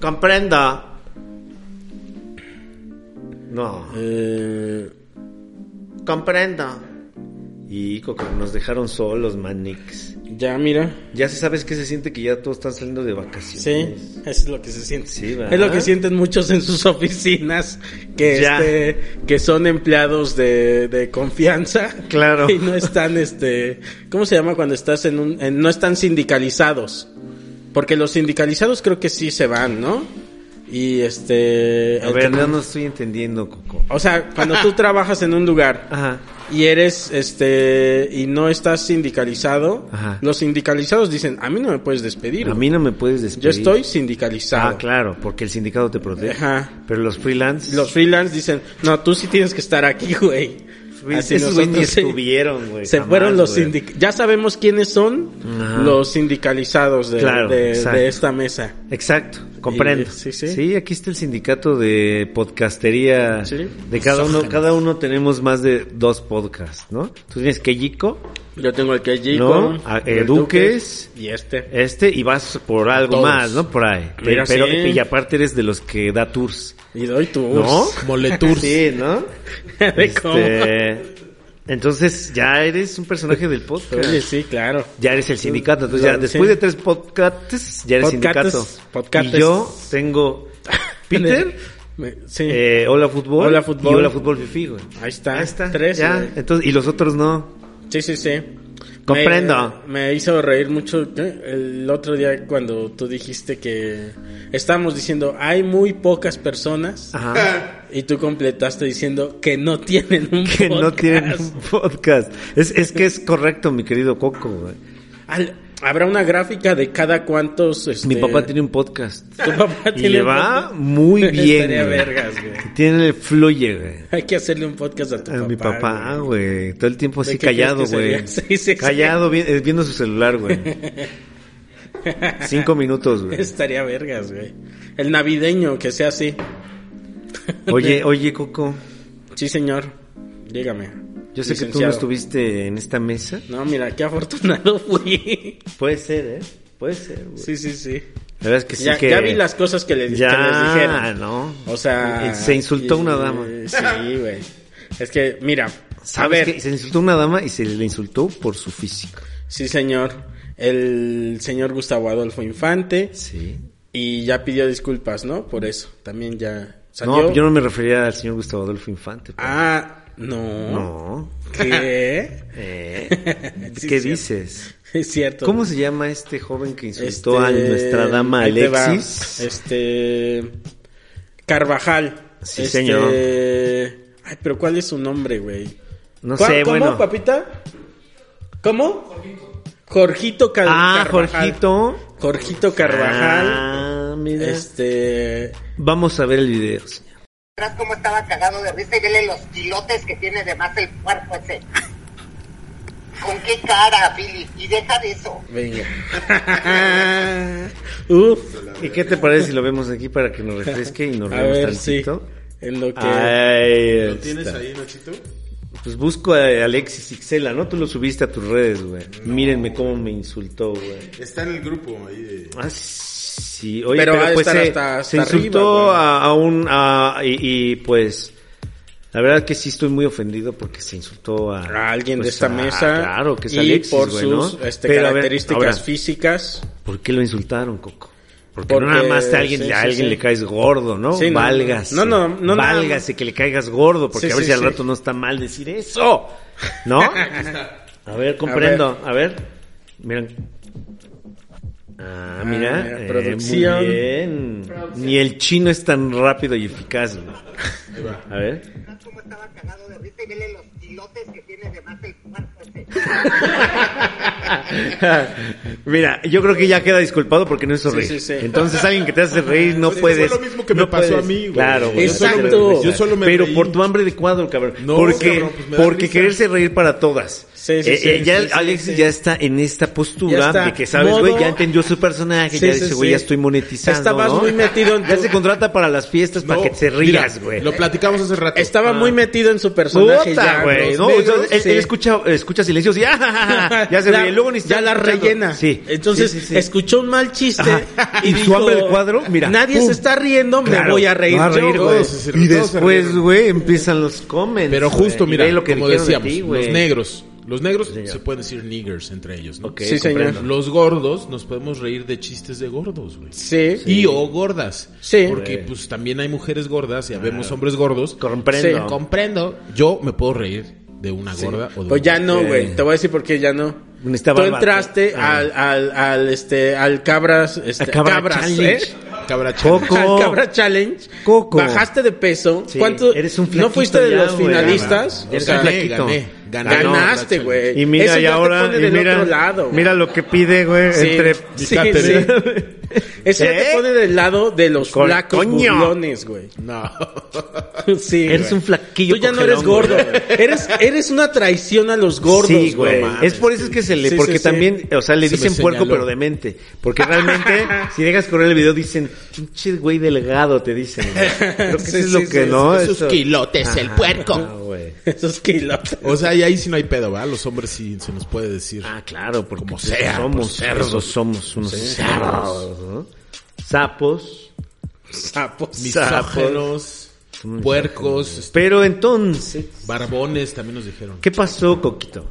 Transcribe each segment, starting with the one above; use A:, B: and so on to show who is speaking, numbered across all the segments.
A: Comprenda. No.
B: Eh,
A: Comprenda. Y Coco, nos dejaron solos, Manix.
B: ya, mira.
A: Ya se sabes que se siente que ya todos están saliendo de vacaciones.
B: Sí, eso es lo que se siente.
A: Sí, ¿verdad?
B: es lo que sienten muchos en sus oficinas, que,
A: Ya.
B: este, que son empleados de, de confianza.
A: Claro.
B: Y no están, este, ¿cómo se llama cuando estás en un, en- no están sindicalizados? Porque los sindicalizados creo que sí se van, ¿no? Y este...
A: A
B: el
A: ver,
B: que-
A: no, no estoy entendiendo, Coco.
B: O sea, cuando tú trabajas en un lugar
A: Ajá.
B: y eres este y no estás sindicalizado,
A: Ajá.
B: los sindicalizados dicen, "A mí no me puedes despedir.
A: A mí no me puedes despedir.
B: Yo estoy sindicalizado."
A: Ah, claro, porque el sindicato te protege.
B: Ajá.
A: Pero los freelance.
B: Los freelance dicen, "No, tú sí tienes que estar aquí, güey."
A: Güey,
B: Así
A: esos güeyes ni
B: nosotros sí.
A: estuvieron, güey.
B: Se
A: jamás,
B: fueron los
A: güey.
B: sindic ya sabemos quiénes son
A: Ajá.
B: los sindicalizados de,
A: Claro,
B: de-
A: exacto.
B: de esta mesa.
A: Exacto, comprendo.
B: Y- sí, sí.
A: aquí está el sindicato de podcastería.
B: Sí.
A: De cada uno, cada uno tenemos más de dos podcasts, ¿no? Tú tienes Keyiko,
B: Yo tengo el que
A: No, a- Eduques.
B: y este.
A: este, y vas por algo
B: Todos.
A: más, ¿no? Por ahí. Pe-
B: Mira,
A: Pero,
B: sí.
A: y aparte eres de los que da tours,
B: Y doy tu
A: ¿no?
C: Moletours.
A: Sí, ¿no?
B: ¿De cómo?
A: Este, entonces ya eres un personaje del podcast.
B: Oye, sí, claro.
A: Ya eres el sindicato. Entonces, ya
B: Sí.
A: después de tres podcasts, ya eres
B: Podcastes,
A: sindicato.
B: podcastes.
A: Y yo tengo Peter,
B: Me- sí.
A: eh, Hola Fútbol,
B: Hola Fútbol.
A: y Hola Fútbol Fifi, güey.
B: Ahí está.
A: Ahí está.
B: Tres.
A: ya.
B: güey.
A: Entonces, y los otros no.
B: Sí, sí, sí.
A: Comprendo.
B: Me, me hizo reír mucho ¿qué? el otro día cuando tú dijiste que estábamos diciendo hay muy pocas personas
A: Ah. Ajá.
B: y tú completaste diciendo que no tienen un
A: que no
B: podcast.
A: tienen un podcast. Es, es que es correcto, mi querido Coco, güey.
B: Al- Habrá una gráfica de cada cuántos. este,
A: Mi papá tiene un podcast.
B: Tu papá
A: Y
B: tiene
A: le
B: un
A: va
B: podcast.
A: muy bien.
B: Estaría
A: güey.
B: vergas, güey.
A: Tiene el fluye, güey.
B: Hay que hacerle un podcast a tu
A: A
B: papá.
A: mi papá, güey. Todo el tiempo
B: ¿De
A: así
B: qué
A: callado,
B: crees que
A: güey.
B: sería? Sí, sí, sí.
A: Callado, vi- eh, viendo su celular, güey. Cinco minutos, güey.
B: Estaría vergas, güey. El navideño, que sea así.
A: Oye, oye, Coco.
B: Sí, señor. Dígame.
A: Yo sé que tú no
B: licenciado.
A: estuviste en esta mesa.
B: No, mira, qué afortunado fui.
A: Puede ser, ¿eh? Puede ser, güey.
B: Sí, sí, sí.
A: La verdad es que sí
B: ya,
A: que...
B: ya vi las cosas que, le, que
A: Ya,
B: les dijeron.
A: ¿no? Eh,
B: O sea...
A: Se insultó
B: y-
A: una dama.
B: Sí, güey. Es que, mira, a
A: ¿Sabes
B: ver.
A: qué? Se insultó una dama y se le insultó por su físico.
B: Sí, señor. El señor Gustavo Adolfo Infante.
A: Sí.
B: Y ya pidió disculpas, ¿no? Por eso. También ya salió.
A: No, yo no me refería al señor Gustavo Adolfo Infante. pero-
B: Ah, no.
A: No.
B: ¿Qué?
A: Eh,
B: Sí,
A: ¿Qué
B: sí.
A: dices?
B: Es cierto.
A: ¿Cómo se llama este joven que insultó
B: Este,
A: a nuestra dama
B: ahí te va.
A: Alexis?
B: Este. Carvajal.
A: Sí,
B: Este,
A: señor.
B: Ay, pero ¿cuál es su nombre, güey?
A: No
B: ¿Cuál-
A: sé,
B: ¿Cómo,
A: bueno.
B: papita? ¿Cómo? Jorgito Cal-
A: Ah,
B: Carvajal.
A: Jorgito.
B: Jorgito Carvajal.
A: Ah, mira.
B: Este.
A: Vamos a ver el video, señor.
D: verás cómo estaba cagado de risa y vele los kilotes que tiene de más el cuerpo ese. ¿Con qué cara, Billy? Y deja de eso.
B: Venga. Uf.
A: ¿Y qué te parece si lo vemos aquí para que nos refresque y nos
B: A
A: veamos
B: ver, sí.
A: tantito?
B: En lo que.
A: Ahí
C: ¿Lo tienes
A: está.
C: ahí, Nachito?
A: Pues busco a Alexis Ixela, ¿no? Tú lo subiste a tus redes, güey. Mírenme cómo me insultó, güey.
C: Está en el grupo ahí de...
A: Ah, sí. Oye,
B: Pero
A: pero,
B: ha de
A: pues
B: estar
A: se,
B: hasta-
A: se
B: hasta
A: insultó
B: arriba,
A: a,
B: güey.
A: a un... a- y, y, pues... La verdad que sí estoy muy ofendido porque se insultó a...
B: a alguien
A: pues,
B: de esta
A: a-
B: mesa
A: Claro, que es
B: y
A: Alexis,
B: por
A: güey, ¿no?
B: sus este,
A: Pero, a ver,
B: características
A: ahora,
B: físicas
A: ¿Por qué lo insultaron, Coco? Porque,
B: Porque-
A: no nada más a alguien,
B: sí,
A: a
B: sí,
A: alguien
B: sí.
A: le caes gordo, ¿no?
B: Sí, no,
A: Válgase.
B: no, no, no, nada
A: Válgase que le caigas gordo, porque
B: Sí,
A: a ver
B: sí,
A: si al
B: sí.
A: rato no está mal decir eso. ¿No? a ver, comprendo. A ver. Miren. Ah, mira.
B: mira,
A: eh,
B: producción.
A: Muy bien. Ni el chino es tan rápido y eficaz, güey. A ver.
D: ¿Verás cómo estaba cagado de risa y vele los kilotes que tiene de más el cuerpo ese.
A: Mira, yo creo que ya queda disculpado porque no hizo
B: Sí,
A: reír.
B: sí, sí.
A: Entonces alguien que te hace reír no
C: Pues,
A: puedes.
C: fue lo mismo que me
A: no
C: pasó a
A: puedes.
C: mí, güey.
A: Claro, güey.
B: Exacto.
A: no te puedes regresar.
C: Yo solo me
A: Pero
C: reí.
A: por tu hambre de cuadro, cabrón.
C: No,
A: porque
C: cabrón, pues me da
A: porque
C: risa.
A: quererse reír para todas.
B: Sí, sí,
A: Eh,
B: sí,
A: eh, ya
B: sí, sí,
A: Alex
B: sí.
A: ya está en esta
B: Ya
A: postura
B: está.
A: de que sabes, güey,
B: Modo-
A: ya entendió su personaje,
B: Sí,
A: ya
B: sí,
A: dice, güey,
B: sí.
A: ya estoy monetizando.
B: Estabas
A: ¿no?
B: muy metido en
A: Ya
B: tu-
A: se contrata para las fiestas para
C: No,
A: que te
C: mira,
A: rías, güey.
C: Lo platicamos hace rato.
B: Estaba muy metido en su personaje
A: Ah. Puta,
B: ya.
A: güey.
B: los
A: No,
B: negros,
A: Entonces, él,
B: sí.
A: él escucha, escucha silencios y ah, ja, ja, ja, ya se
B: La-
A: ríe. Luego ni está
B: ya la
A: escuchando.
B: rellena.
A: Sí.
B: Entonces
A: Sí, sí, sí.
B: escuchó un mal chiste
A: Ajá.
B: y
A: Y su
B: dijo,
A: hambre del cuadro, mira,
B: Nadie
A: pum.
B: se está riendo, me
A: Claro,
B: voy a reír
A: me voy
B: yo".
A: reír, güey.
C: Todos se sirven,
A: Y
C: todos se
A: después,
C: ríen.
A: güey, empiezan los comments.
C: Pero justo,
A: güey, y
C: mira,
A: ve lo que
C: como
A: dijeron de
C: decíamos,
A: ti, güey.
C: los negros. Los negros
A: Sí, ya.
C: se pueden decir niggers entre ellos, ¿no?
A: Ok,
B: Sí, señor.
A: comprendo.
C: Los gordos nos podemos reír de chistes de gordos, güey.
B: Sí.
C: Y o gordas.
B: Sí.
C: Porque
A: Güey.
C: pues también hay mujeres gordas y habemos hombres gordos.
A: Ah. Comprendo.
B: Sí,
C: Comprendo. Yo me puedo reír de una gorda o de
B: Pues
C: un-
B: ya no,
A: Sí.
B: güey. Te voy a decir por qué ya no.
A: Necesitaba
B: Tú
A: el vato.
B: entraste
A: Ah.
B: al, al, al, este, al cabras, este,
A: A cabra
B: cabras,
A: challenge.
B: ¿eh?
C: Cabra
A: Coco.
C: chana.
B: Al cabra challenge.
A: Coco.
B: Bajaste de peso.
A: Sí,
B: ¿Cuánto?
A: eres un
B: no
A: flaquito
B: fuiste de
A: ya,
B: los
A: güey.
B: finalistas.
A: Ya
C: O
A: eres
C: sea,
A: un flaquito.
C: gané, gané.
A: Ah, no.
B: Ganaste, güey.
A: Y mira,
B: Eso
A: y
B: ya te
A: ahora,
B: pone
A: y
B: del
A: mira,
B: otro lado, güey.
A: mira lo que pide, güey,
B: Sí,
A: entre
B: sí,
A: Picate,
B: sí.
A: ¿eh?
B: Eso ya te
A: ¿Eh?
B: pone del lado de los
A: Con-
B: flacos
A: coño.
B: burlones, güey.
C: No.
B: Sí,
A: Eres
B: güey.
A: un flaquillo
B: Tú ya no
A: cogelón,
B: eres gordo.
A: güey.
B: güey. Eres, eres una traición a los gordos,
A: sí, güey.
B: no mames.
A: es por eso es que se le,
B: Sí,
A: porque
B: sí, sí.
A: también, o sea, le
C: Se me
A: dicen puerco
C: señaló.
A: pero demente, porque realmente si dejas correr el video dicen, pinche güey delgado te dicen. güey. Creo que
B: Sí,
A: eso es
B: sí,
A: lo
B: sí,
A: que
B: sí,
A: no
C: Esos
A: eso.
C: quilotes, el
A: Ah,
C: puerco.
A: güey.
B: Esos kilos.
C: O sea, y ahí sí no hay pedo, ¿va? Los hombres sí se nos puede decir.
A: Ah, claro, porque
C: Como
A: esos
C: sea,
A: somos
C: pues, cerdos.
A: esos somos unos
C: Sí.
A: cerdos, ¿no? Sapos.
B: Sapos.
C: misógenos, puercos, este,
A: Pero entonces,
C: barbones también nos dijeron.
A: ¿qué pasó, Coquito?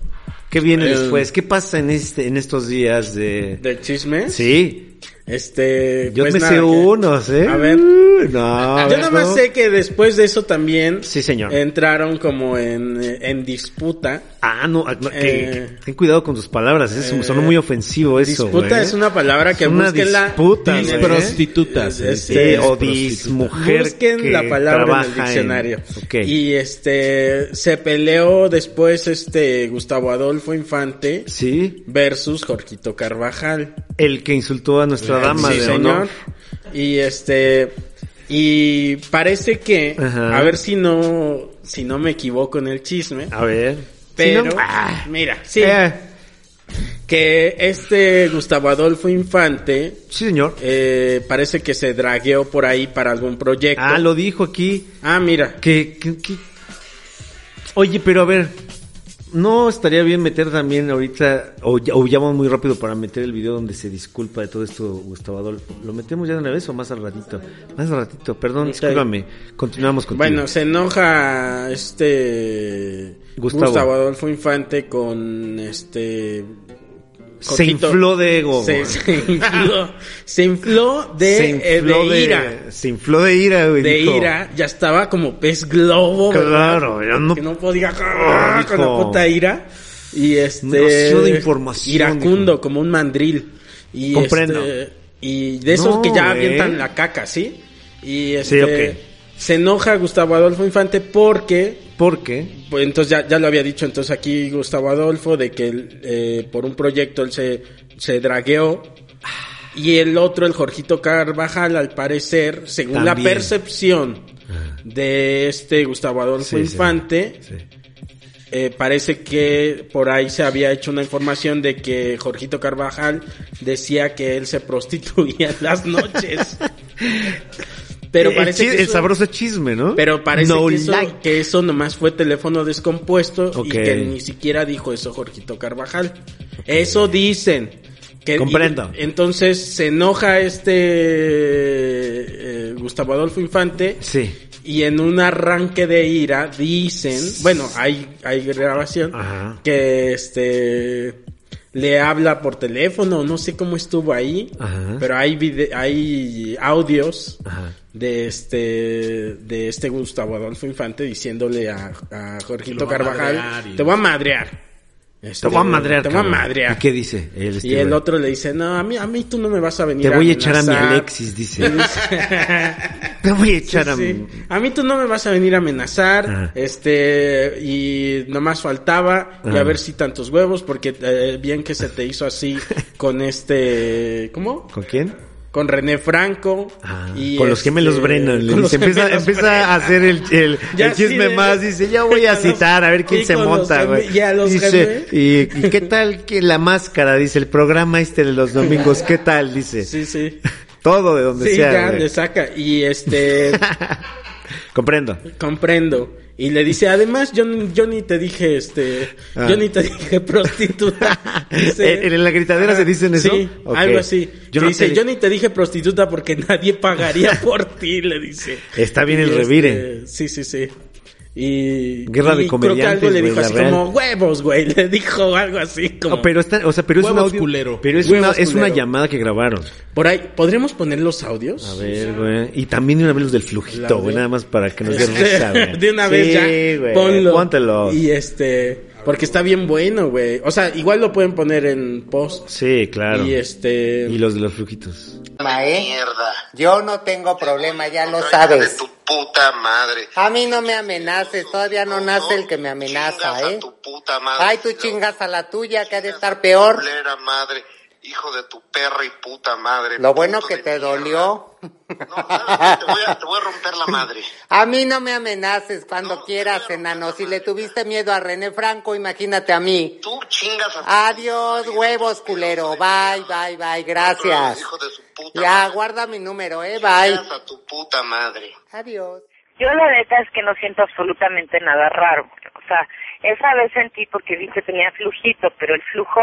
A: ¿Qué viene
B: Eh,
A: después? ¿Qué pasa en este en estos días de
B: ¿Del chisme?
A: Sí,
B: Este.
A: yo
B: pues
A: me
B: nada,
A: sé
B: que-
A: unos, ¿eh?
B: A ver.
A: Uh, No, a
B: Yo
A: ver,
B: nada más
A: no.
B: sé que después de eso también.
A: Sí, señor.
B: Entraron como en, eh, en disputa.
A: Ah, no, ah, no, que-
B: Eh.
A: ten cuidado con tus palabras, es,
B: Eh,
A: sonó muy ofensivo eso, ¿eh?
B: disputa
A: güey.
B: es una palabra que
A: Pues, Es una
B: búsquenla
A: disputa,
B: en el-
A: güey.
C: Prostitutas.
B: Eh,
A: Sí,
B: este,
A: o
C: dis
A: dismujer que
B: Busquen la palabra en el
A: trabaja
B: diccionario.
A: Ok.
B: Y este se peleó después este Gustavo Adolfo Infante
A: Sí,
B: versus Jorquito Carvajal.
A: el que insultó a nuestra dama
B: Eh, Sí,
A: de
B: señor.
A: honor.
B: Y este y parece que
A: Ajá.
B: a ver si no si no me equivoco en el chisme,
A: A ver.
B: pero
A: Ah. Si no- ah,
B: mira, sí,
A: eh,
B: que este Gustavo Adolfo Infante
A: sí, señor.
B: eh, parece que se dragueó por ahí para algún proyecto.
A: Ah, lo dijo aquí.
B: Ah, mira.
A: Que, que- que- Oye, pero a ver, ¿no estaría bien meter también ahorita, o ya, o ya vamos muy rápido para meter el video donde se disculpa de todo esto Gustavo Adolfo? ¿Lo metemos ya de una vez o más al ratito? Más al ratito, perdón,
B: Ok.
A: discúlpame. Continuamos contigo.
B: Bueno, se enoja este Gustavo.
A: Gustavo.
B: Adolfo Infante con este
A: se
B: Coquito.
A: infló de ego.
B: Se,
A: güey.
B: se infló, se infló de,
A: Se infló
B: eh, de ira.
A: Se infló de ira, güey.
B: De
A: dijo.
B: ira, ya estaba como pez globo. ¿verdad?
A: Claro, ya no
B: Que no podía
A: Ah,
B: con la
A: hijo.
B: puta ira. Y este.
A: Un rocío de información,
B: Iracundo,
A: hijo.
B: como un mandril. Y
A: Comprendo.
B: este, y de esos
A: No,
B: que ya
A: eh.
B: avientan la caca, ¿sí? Y este.
A: ok.
B: Se enoja Gustavo Adolfo Infante porque
A: ¿Por qué?
B: pues entonces ya, ya lo había dicho entonces aquí Gustavo Adolfo de que él, eh, por un proyecto él se, se dragueó y el otro, el Jorgito Carvajal, al parecer, según
A: También. Ah.
B: la percepción de este Gustavo
A: Sí,
B: Adolfo
A: sí,
B: Infante,
A: sí.
B: eh, parece que por ahí se había hecho una información de que Jorgito Carvajal decía que él se prostituía en las noches. Pero
A: El
B: parece
A: chi-
B: que
A: Eh, el
B: eso-
A: sabroso chisme, ¿no?
B: pero parece
A: No
B: que, eso,
A: like.
B: que eso nomás fue teléfono descompuesto
A: Ok.
B: y que ni siquiera dijo eso Jorgito Carvajal. Eso dicen. Que,
A: Comprendo.
B: y- entonces se enoja este eh, Gustavo Adolfo Infante
A: Sí.
B: y en un arranque de ira dicen, bueno, hay, hay grabación,
A: Ajá.
B: que este le habla por teléfono, no sé cómo estuvo ahí,
A: Ajá.
B: pero hay, vide- hay audios
A: Ajá.
B: de este de este Gustavo Adolfo Infante diciéndole a, a Jorgito
C: Lo va a
B: Carvajal
C: madrear y-
B: te voy a madrear
A: Te
B: Este,
A: voy a madrear.
B: te voy a
A: cabrón.
B: madrear
A: ¿Y qué dice? Él, este
B: y el
A: güey?
B: otro le dice no a mí a mí tú no me vas a venir
A: Te voy a echar a mi
B: amenazar".
A: Alexis, dice. Te voy a echar a
B: Sí.
A: mi... Ah.
B: A mí tú no me vas a venir a amenazar,
A: Ajá.
B: este, y nomás faltaba, y
A: Ajá.
B: a ver si tantos eh, huevos, porque eh, bien que se te hizo así con este, ¿cómo?
A: ¿Con quién?
B: con René Franco.
A: Ah,
B: y
A: con los
B: este,
A: gemelos Brennan. le
B: con los
A: dice, empieza
B: gemelos
A: empieza
B: Brennan.
A: a hacer el, el-
B: Ya
A: el
B: sí,
A: chisme
B: de-
A: más. Dice, ya voy a
B: con los-
A: citar, a ver quién
B: y
A: se
B: con los
A: monta,
B: geme-
A: güey.
B: y a los
A: Dice,
B: gemelos.
A: y, y qué tal que la máscara? Dice, el programa este de los domingos, ¿qué tal? Dice,
B: Sí, sí.
A: todo de donde
B: Sí,
A: sea.
B: ya
A: güey.
B: le saca. Y este,
A: Comprendo.
B: comprendo. Y le dice, además, yo, n- yo ni te dije, este,
A: Ah. Eh,
B: yo ni te dije prostituta. Dice-
A: ¿En- en la gritadera se dicen eso?
B: Sí,
A: Ok.
B: algo así.
A: Yo
B: Yo
A: no
B: dice,
A: te-
B: yo ni te dije prostituta porque nadie pagaría por ti, le dice.
A: Está bien el
B: este,
A: revire.
B: Sí, sí, sí. Y,
A: Guerra de
B: y
A: comediantes,
B: Creo que algo le
A: güey,
B: dijo
A: la
B: así
A: real.
B: como huevos, güey. Le dijo algo así como.
A: No, pero está, o sea, pero es un
C: Huevos
A: audio,
C: culero.
A: pero es
B: Huevos
A: una, es una
B: culero.
A: llamada que grabaron.
B: Por ahí, ¿podríamos poner los audios?
A: A ver, güey. Y también una vez los del
B: La
A: flujito,
B: de-
A: güey, nada más para que nos dé
B: Este,
A: risa, güey.
B: de una vez
A: Sí,
B: ya.
A: güey,
B: Ponlo.
A: Póntelo.
B: Y este, porque está bien bueno, güey. O sea, igual lo pueden poner en post.
A: Sí, claro.
B: Y este.
A: Y los de los flujitos.
D: Ma, ¿eh?
E: Mierda.
D: Yo no tengo problema, ya lo
E: Cállate De
D: sabes.
E: tu puta madre.
D: A mí no me amenaces, todavía no nace el que me
E: Chingas
D: amenaza,
E: a
D: ¿eh?
E: tu puta madre.
D: Ay, tú chingas a la tuya, que ha de estar peor.
E: Culera madre, hijo de tu perra y puta madre.
D: Lo bueno
E: puto
D: que
E: de
D: te
E: mierda.
D: dolió.
E: No, ¿sabes qué? te, voy a, te voy a romper la madre.
D: A mí no me amenaces cuando
E: No,
D: quieras,
E: claro,
D: enano.
E: claro,
D: Si le
E: claro.
D: tuviste miedo a René Franco, imagínate a mí.
E: Tú chingas a tu
D: Adiós, huevos, culero. Bye, bye, bye. Gracias.
E: Hijo de su puta
D: Ya,
E: madre.
D: guarda mi número, eh. Bye.
E: Chingas a tu puta madre.
D: Adiós.
F: Yo la neta es que no siento absolutamente nada raro. O sea, esa vez sentí porque vi que tenía flujito, pero el flujo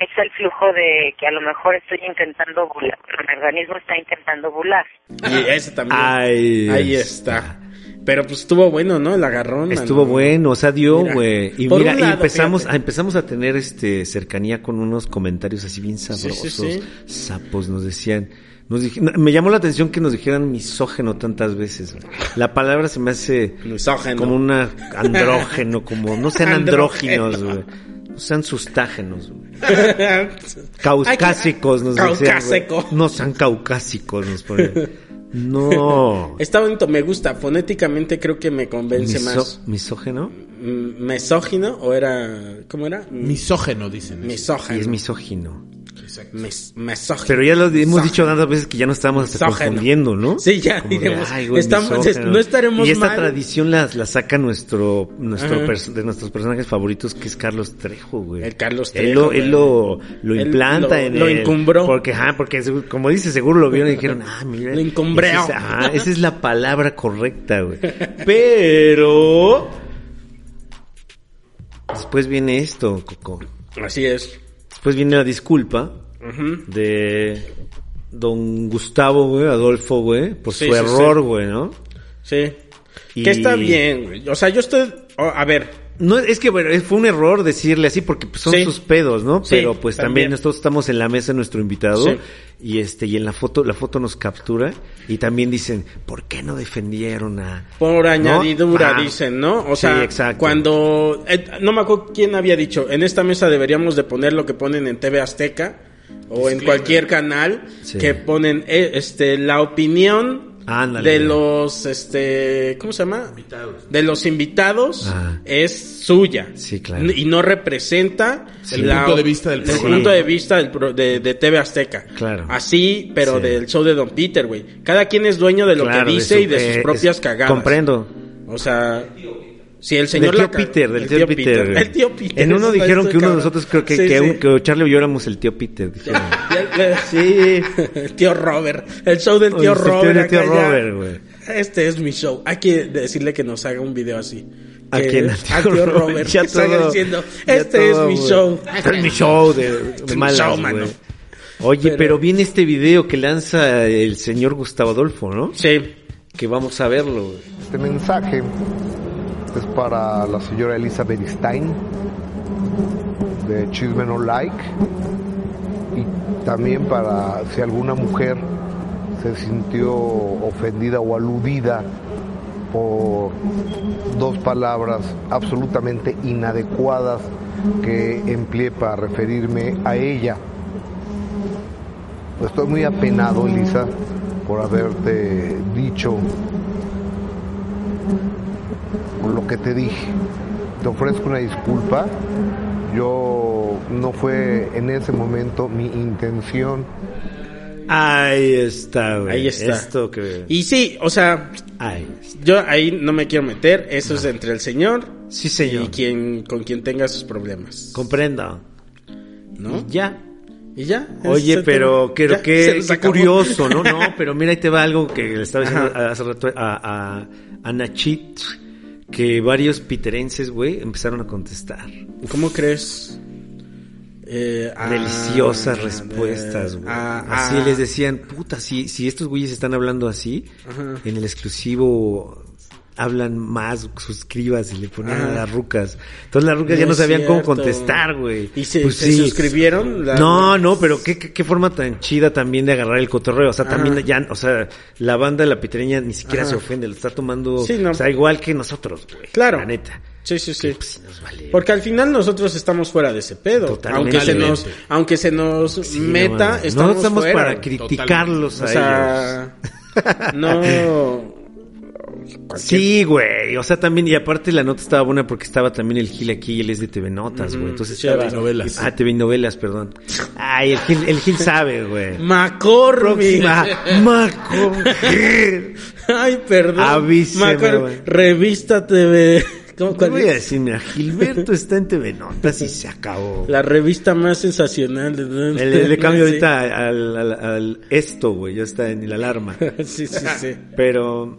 F: es el flujo de que a lo mejor estoy intentando bular, pero mi organismo está intentando bular.
B: Y ese también.
A: Ay, este.
B: Ahí está. Pero pues estuvo bueno, ¿no? El agarrón. mano.
A: Estuvo bueno, o sea, dio,
B: Mira,
A: güey. Y
B: por
A: mira,
B: un
A: y
B: lado,
A: empezamos,
B: fíjate.
A: a, empezamos a tener este cercanía con unos comentarios así bien sabrosos.
B: sí, sí.
A: Sapos nos decían. Nos dij- me llamó la atención que nos dijeran misógeno tantas veces. güey. La palabra se me hace
B: Misógeno.
A: como una andrógeno, como no sean
B: Andrógeno.
A: andróginos, güey. No sean sustágenos, güey.
B: Ay,
A: Caucásicos nos decían. güey.
B: Caucásico.
A: No sean caucásicos, nos ponían. No.
B: Está bonito, me gusta. Fonéticamente creo que me convence
A: Miso-
B: más.
A: ¿Misógeno?
B: Mm, ¿Misógino o era. ¿Cómo era?
C: Misógeno,
A: Y es
C: dicen. eso.
B: Misógino.
A: misógino.
C: Exacto.
B: Mis- misógino.
A: Pero ya lo hemos
B: Misógino.
A: dicho tantas veces que ya no estábamos hasta
B: Misógeno.
A: confundiendo, ¿no?
B: Sí, ya
A: Como de,
B: diremos,
A: "Ay, güey,
B: estamos-
A: misógeno".
B: no estaremos
A: Y esta
B: mal.
A: tradición la, la saca nuestro, nuestro
B: Ajá.
A: pers- de nuestros personajes favoritos, que es Carlos Trejo, güey.
B: El Carlos
A: Él lo,
B: Trejo,
A: él
B: güey.
A: lo, lo
B: Él
A: implanta
B: lo-
A: en
B: lo
A: el-
B: encumbró.
A: Porque, ajá, porque se- como dice, seguro lo vieron y dijeron, ah, mira.
B: Lo
A: Esa
B: encumbreó.
A: es, ajá, esa es la palabra correcta, güey. Pero... Después viene esto, Coco.
B: Así es.
A: Después viene la disculpa
B: Ujú.
A: de don Gustavo, güey, Adolfo, güey, por
B: Sí,
A: su
B: sí,
A: error,
B: sí.
A: güey, ¿no?
B: Sí.
A: Y-
B: Que está bien, güey. O sea, yo estoy. oh, a ver.
A: No, es que bueno, fue un error decirle así porque pues, son
B: Sí.
A: sus pedos, ¿no?
B: Sí,
A: Pero pues también,
B: también.
A: nosotros estamos en la mesa de nuestro invitado
B: Sí.
A: y este y en la foto la foto nos captura y también dicen, "¿Por qué no defendieron a
B: Por
A: ¿no?
B: añadidura,
A: Ah,
B: dicen, ¿no? O
A: sí,
B: sea,
A: exacto.
B: cuando. eh, no me acuerdo quién había dicho. En esta mesa deberíamos de poner lo que ponen en TV Azteca o en cualquier canal
A: Sí.
B: que ponen eh, este la opinión
A: Ándale.
B: de los este ¿cómo se llama? De los invitados
A: Ajá.
B: es suya.
A: Ah. Sí, claro.
B: Y no representa
A: Sí.
C: El punto de vista del
B: el
C: programa.
B: punto de vista del pro- de, de TV Azteca.
A: Claro.
B: Así, pero
A: Sí.
B: del show de Don Peter, güey. Cada quien es dueño de lo
A: Claro,
B: que dice
A: su-
B: y de
A: eh,
B: sus
A: es-
B: propias cagadas.
A: Comprendo.
B: O sea, si el
A: del
B: señor
A: tío
B: la cagó-
A: Peter, del
B: el
A: tío, Peter. güey.
B: El tío Peter.
A: En uno
B: eso está-
A: dijeron
B: está
A: que uno de
B: cabrón.
A: nosotros creo que,
B: Sí,
A: que,
B: sí.
A: un- que Charlie o yo éramos el tío Peter, dijeron.
B: sí. El tío Robert. El show del tío
A: El show
B: Robert.
A: del este tío
B: acá ya.
A: Robert, güey.
B: Este es mi show. Hay que decirle que nos haga un video así.
A: ¿A
B: Que-
A: quién? Al tío Robert.
B: Robert.
A: Ya
B: que salga
A: todo-
B: diciendo,
A: ya
B: este es
A: todo,
B: mi
A: güey.
B: show.
A: Este es mi show de, de
B: Este es mi
A: malas,
B: show,
A: güey.
B: mano.
A: Oye, pero...
B: Pero-
A: viene este video que lanza el señor Gustavo Adolfo, ¿no?
B: Sí.
A: Que vamos a verlo, güey.
G: Este mensaje es para la señora Elizabeth Stein de Chisme No Like y también para si alguna mujer se sintió ofendida o aludida por dos palabras absolutamente inadecuadas que empleé para referirme a ella. Estoy muy apenado, Elisa, por haberte dicho por lo que te dije. Te ofrezco una disculpa. Yo no fue en ese momento mi intención
A: Ahí está, güey.
B: Ahí está.
A: Esto que...
B: Y sí, o sea,
A: Ahí está.
B: yo ahí no me quiero meter. Eso es entre el señor
A: Sí,
B: y
A: señor.
B: quien con quien tenga sus problemas.
A: Comprenda.
B: ¿No?
A: Ya.
B: Y ya. ese es
A: Oye,
B: el
A: pero
B: tema.
A: creo
B: Este, Ya, se
A: que
B: nos
A: qué
B: acabó.
A: curioso, ¿no? No, pero mira, ahí te va algo que le estaba diciendo hace rato a, a, a Nachit, que varios piterenses, güey, empezaron a contestar.
B: ¿Cómo crees? Eh, ah,
A: Deliciosas
B: de-
A: respuestas, güey.
B: ah,
A: así
B: ah.
A: les decían, puta, si, si estos güeyes están hablando así,
B: Ajá.
A: en el exclusivo hablan más, suscribas y le ponían
B: Ajá.
A: a las rucas. Entonces las rucas ya
B: No
A: no
B: es
A: sabían cómo
B: cierto.
A: contestar, güey. Pues
B: ¿Y se- se
A: sí.
B: suscribieron? La-
A: No, no, pero qué, qué, qué forma tan chida también de agarrar el cotorreo. O sea, también ya, o sea, la banda de la pitreña ni siquiera
B: Ajá.
A: se ofende, lo está tomando,
B: Sí, no.
A: o sea, igual que nosotros, güey.
B: Claro.
A: La neta.
B: Sí, sí, sí.
A: Pues, nos vale.
B: Porque al final nosotros estamos fuera de ese pedo.
A: Totalmente.
B: Aunque se nos, aunque se nos
A: Sí, no
B: meta,
A: mames.
B: estamos,
A: no estamos
B: fuera.
A: para criticarlos
B: O
A: a ellos.
B: sea, no.
A: Sí, güey. O sea, también, y aparte la nota estaba buena porque estaba también el Gil aquí y él es de TV Notas, güey. Entonces
B: sí,
A: estaba-
B: TV
C: Novelas.
A: Ah, TV Novelas, perdón. Ay, el Gil, el Gil sabe, güey.
B: Macorby.
A: Próxima. Maco. Gil.
B: Ay, perdón.
A: Avíseme,
B: Macorby.
A: güey.
B: Revista TV. ¿Cómo
A: Te
B: cuál
A: voy a
B: es?
A: decir, mira, Gilberto está en TV Notas y se acabó.
B: La revista más sensacional.
A: Le, le- le cambio ahorita al, al- al esto, güey. Ya está en el alarma.
B: Sí, sí, sí.
A: Pero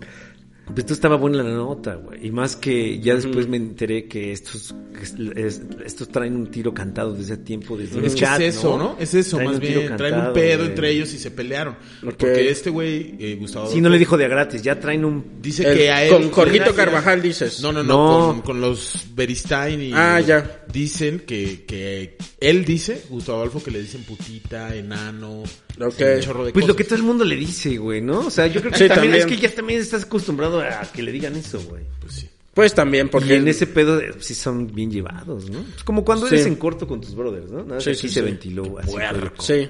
A: pues esto estaba buena la nota, güey. Y más que ya después me enteré que estos que es- es- estos traen un tiro cantado desde hace tiempo, desde el
C: Es que
A: chat,
C: es eso, ¿no? Es eso,
A: Traen
C: más
A: un tiro
C: bien. Traen
A: cantado,
C: un pedo
A: güey.
C: entre ellos y se pelearon.
B: Ok.
C: Porque este güey, eh, Gustavo.
A: Sí, no le dijo de a gratis, ya traen un...
C: Dice
B: El-
C: que a él.
B: con Jorgito
C: Gracias.
B: Carvajal, dices.
C: No, no,
A: No.
C: no. Con, con los Beristain y.
B: Ah, ya.
C: Dicen que, que. Él dice, Gustavo Adolfo, que le dicen putita, enano.
B: Ok.
C: Un chorro de
A: Pues lo que
C: cosas.
A: todo el mundo le dice, güey, ¿no? O sea, yo creo que
B: Sí,
A: también,
B: también.
A: es que ya también estás acostumbrado a que le digan eso, güey.
C: Pues sí.
B: Pues también,
A: Porque
B: porque.
A: en ese pedo eh, sí son bien llevados, ¿no? Es como cuando
B: Sí.
A: eres en corto con tus brothers, ¿no? Nada más
B: Sí,
A: aquí
B: sí,
A: se
B: sí.
A: ventiló así. puerco.
B: Sí.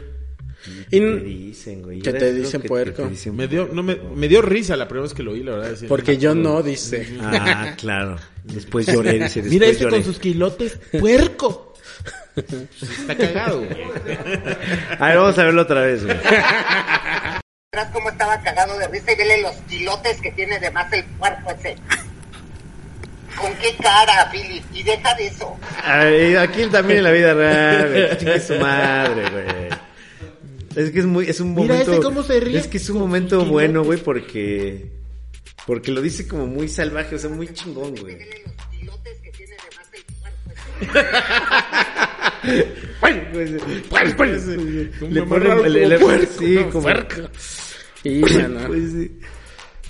A: Que
B: Y-
A: te dicen, güey.
B: que
A: Era
B: te
A: lo
B: dicen
A: que
B: puerco.
A: dicen
C: Me dio,
A: puerco.
C: no, me, me dio risa la primera vez que lo oí, la verdad. decir,
B: Porque
C: no,
B: yo no, dice.
A: Ah, claro. Después lloré, dice. Después
C: Mira este
A: lloré.
C: con sus quilotes, puerco. Está cagado, güey.
A: A ver, vamos a verlo otra vez, güey.
D: Verás cómo estaba cagado de risa y vele los kilotes que tiene de más el cuerpo ese. ¿Con qué cara, Philip? Y deja de eso.
A: A ver, aquí también en la vida real, güey. Chingue su madre, güey. Es que es muy, es un
C: Mira
A: momento.
C: ese cómo se ríe
A: Es que es un
C: con sus
A: momento
C: quilotes.
A: bueno, güey, porque. Porque lo dice como muy salvaje, o sea, muy chingón, güey.
D: Vele los kilotes que tiene de más el cuerpo ese.
A: Pues, pues, Le
C: Como
A: pone
C: raro,
A: le- le-
C: como puerco,
A: sí,
C: ¿no?
A: como-
C: Puerco.
B: Y bueno.
A: pues, sí.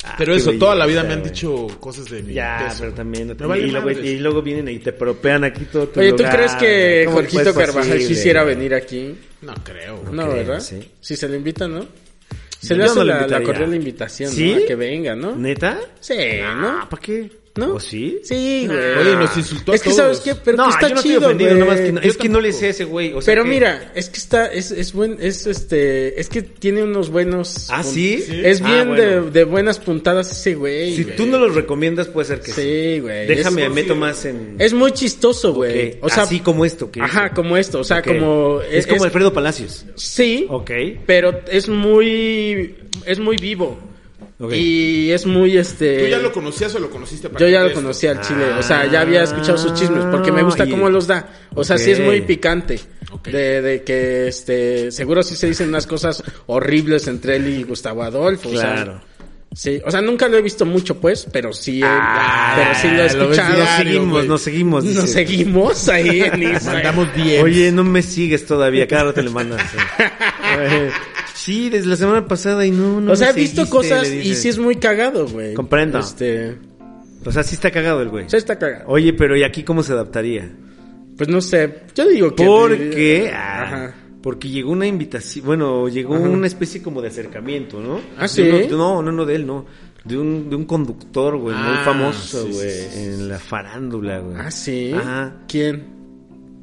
A: Ah,
C: Pero
A: qué
C: eso, toda la
A: belleza,
C: vida me han
A: güey.
C: dicho cosas de mi
A: Ya,
C: teso.
A: pero también. no te-
C: Me vale
A: y, luego,
C: madres.
A: y luego vienen y te propean aquí todo tu
B: Oye, ¿tú
A: lugar,
B: crees
A: güey.
B: que
A: ¿Cómo
B: Jorgito
A: fue
B: Carvajal
A: posible?
B: quisiera venir aquí?
C: No creo. güey.
B: No,
A: creo,
B: ¿verdad?
A: sí.
B: Si se le invita, ¿no? Se
A: Yo
B: le hace
A: no lo
B: la, la
A: invitaría.
B: cordial invitación, ¿no?
A: ¿Sí?
B: A que venga, ¿no?
A: ¿Neta?
B: Sí, ¿no?
A: ¿Para qué?
B: ¿No?
A: pues, ¿O sí?
B: Sí, güey.
C: Oye, nos insultó a
B: Es que,
C: todos.
B: ¿sabes qué? Pero
A: no,
B: que está
A: yo no
B: chido,
A: estoy ofendido,
B: güey.
A: nada más que no, es
C: Yo
A: que no le
C: tampoco.
A: sé a ese güey. o sea
B: Pero
A: que-
B: mira, es que está, es, es buen, es este, es que tiene unos buenos.
A: ¿Ah,
B: pun-
A: sí?
B: Es
A: Ah,
B: bien
A: bueno.
B: de, de buenas puntadas ese güey.
A: Si
B: güey.
A: tú no los recomiendas, puede ser que sí.
B: Sí, güey.
A: Déjame,
B: es,
A: me meto más en.
B: es muy chistoso, güey.
A: Ok,
B: O sea,
A: así como esto. que
B: Ajá,
A: hizo.
B: como esto, o sea,
A: Ok.
B: como
A: Es, como Alfredo Palacios.
B: Sí.
A: Ok.
B: Pero es muy es muy vivo.
A: Ok.
B: Y es muy este
C: ¿Tú ya lo conocías o lo conociste? a
B: yo
C: partir
B: ya
C: de
B: lo
C: esto?
B: conocía al chile, o sea, ya había escuchado sus chismes, porque me gusta
A: Ah,
B: cómo
A: y-
B: los da. O sea,
A: Ok.
B: sí es muy picante.
C: Ok.
B: De, de que, este, seguro sí se dicen unas cosas horribles entre él y Gustavo Adolfo.
A: Claro.
B: O sea, sí, o sea, nunca lo he visto mucho, pues, pero sí, eh,
C: Ah,
B: pero sí lo he
C: lo ves
B: escuchado.
A: Nos
C: diario,
A: seguimos,
C: güey.
A: nos seguimos.
B: Nos
A: dice.
B: seguimos ahí en Instagram.
C: Mandamos 10.
A: Oye, no me sigues todavía. Cada rato le mandas. eh. Sí, desde la semana pasada y no, no
B: o
A: me
B: sea, he visto
A: seguiste,
B: cosas
A: le
B: y
A: dices.
B: sí es muy cagado, güey.
A: Comprendo.
B: Este,
A: O sea, sí está cagado el güey.
B: sí está cagado.
A: Oye, pero ¿y aquí cómo se adaptaría?
B: Pues no sé, yo digo que...
A: Porque, ah,
B: Ajá.
A: porque llegó una invitación, bueno, llegó una especie como de acercamiento, ¿no?
B: Ah,
A: De
B: ¿sí?
A: uno- no, no, no, de él, no. De un, de un conductor, güey, muy
C: Ah,
A: famoso,
C: sí, sí,
A: güey,
C: sí,
A: en la farándula, güey.
B: Ah, sí.
A: Ajá.
B: ¿Quién?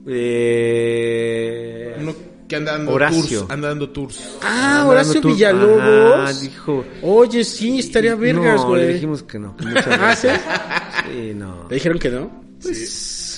A: Eh...
C: Uno que anda dando
A: Horacio.
C: tours. Anda dando tours.
B: Ah,
A: Fernando
B: Horacio
A: Tur-
B: Villalobos.
A: Ajá, dijo.
B: Oye, sí, estaría vergas,
A: No, le
B: güey.
A: dijimos que no. que muchas
B: Ah, ¿sí?
A: gracias. Sí, no.
B: ¿Le dijeron que no?
A: Pues,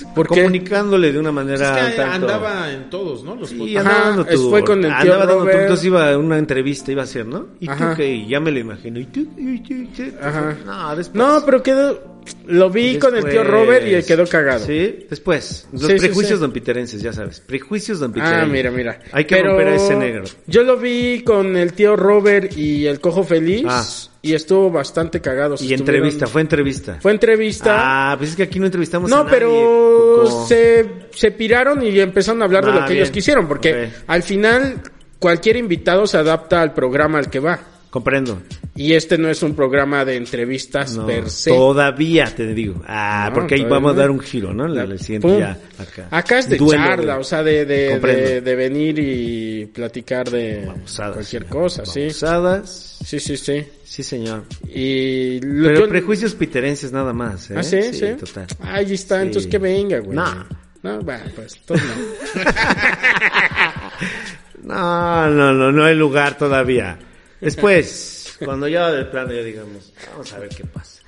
A: estás
B: ¿Por qué?
A: comunicándole de una
C: Es que
A: manera tanto-
C: andaba en todos, ¿no? Los
A: Sí,
C: podcasts.
B: Ajá,
A: andaba dando tu-
B: fue con el tío
A: andaba dando tu-
B: Robert.
A: entonces iba a una entrevista, iba a hacer, ¿no? Y
B: Ajá.
A: tú qué, Y ya me lo imagino. Y tú, y tú, y tú.
B: Ajá.
A: No, después.
B: No, pero quedó. Lo vi con el
A: Pues
B: tío
A: Después.
B: Robert y quedó cagado.
A: Sí, después. Los
B: Sí, sí,
A: prejuicios
B: sí.
A: dompiterenses, ya sabes. Prejuicios dompiterenses.
B: Ah, mira, mira.
A: Hay que
B: Pero pues,
A: romper a ese negro.
B: Yo lo vi con el tío Robert y el cojo feliz.
A: Ah.
B: Y estuvo bastante cagado.
A: Y entrevista, fue entrevista.
B: Fue entrevista.
A: Ah, pues es que aquí no entrevistamos a
B: no,
A: nadie,
B: pero
A: Coco.
B: se, se piraron y empezaron a hablar de
A: Ah,
B: lo que
A: bien.
B: ellos quisieron. Porque
A: Ok.
B: al final cualquier invitado se adapta al programa al que va.
A: Comprendo.
B: Y este no es un programa de entrevistas
A: No,
B: per se.
A: todavía te digo. Ah,
B: No,
A: porque ahí
B: todavía
A: vamos
B: no.
A: a dar un giro, ¿no? La, la siguiente
B: Pum.
A: ya acá.
B: es de
A: Duelo
B: charla,
A: de-
B: o sea, de, de,
A: Comprendo.
B: de- de venir y platicar de
A: Babosadas,
B: cualquier
A: señor.
B: cosa, sí.
A: Babosadas.
B: Sí, sí, sí.
A: Sí, señor.
B: Y lo-
A: Pero
B: yo-
A: prejuicios piterenses nada más, ¿eh?
B: Ah, sí, sí.
A: total.
B: Ahí está,
A: Sí.
B: entonces que venga, güey.
A: No.
B: No, bueno, pues, entonces no.
A: No, no, no, no hay lugar todavía. Después, cuando ya va del plano, ya digamos, vamos a ver qué pasa.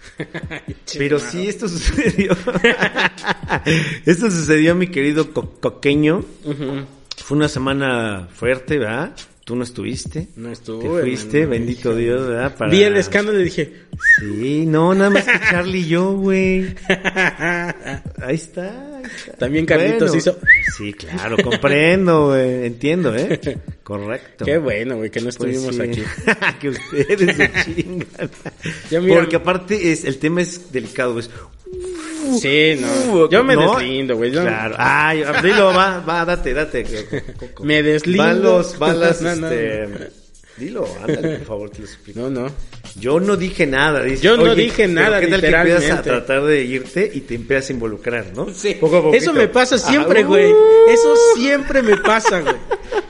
A: Pero sí, esto sucedió. esto sucedió, mi querido co- coqueño.
B: Ujú.
A: Fue una semana fuerte, ¿verdad? Tú no estuviste.
B: No estuvo,
A: Te fuiste,
B: hermano,
A: bendito
B: hijo.
A: Dios, ¿verdad? Para-
B: Vi el escándalo y dije,
A: Sí, no, nada más que Charlie y yo, güey. Ahí está. ahí está.
B: También Carlitos hizo-
A: Sí, claro, comprendo, güey. Entiendo, ¿eh? Correcto.
B: qué bueno, güey, que no
A: Pues
B: estuvimos
A: sí.
B: aquí.
A: que ustedes se chingan.
B: Ya mira-
A: Porque aparte es, el tema es delicado, es. Uh,
B: Sí, no. Yo me deslindo, güey. yo-
A: Claro. Ay, abrilo, va, va, date, date. Coco.
B: Me deslindo.
A: Van los, van las,
B: No, no,
A: este, Dilo, ándale, por favor, te lo suplico.
B: No, no.
A: Yo no dije nada. dices,
B: Yo no
A: "Oye,
B: dije
A: pero
B: nada,
A: ¿Qué tal que
B: literalmente?
A: empiezas a tratar de irte y te empiezas a involucrar, no?
B: Sí.
A: Poco a poquito.
B: Eso me pasa siempre,
A: Ah,
B: güey.
A: uh,
B: Eso siempre me pasa, güey.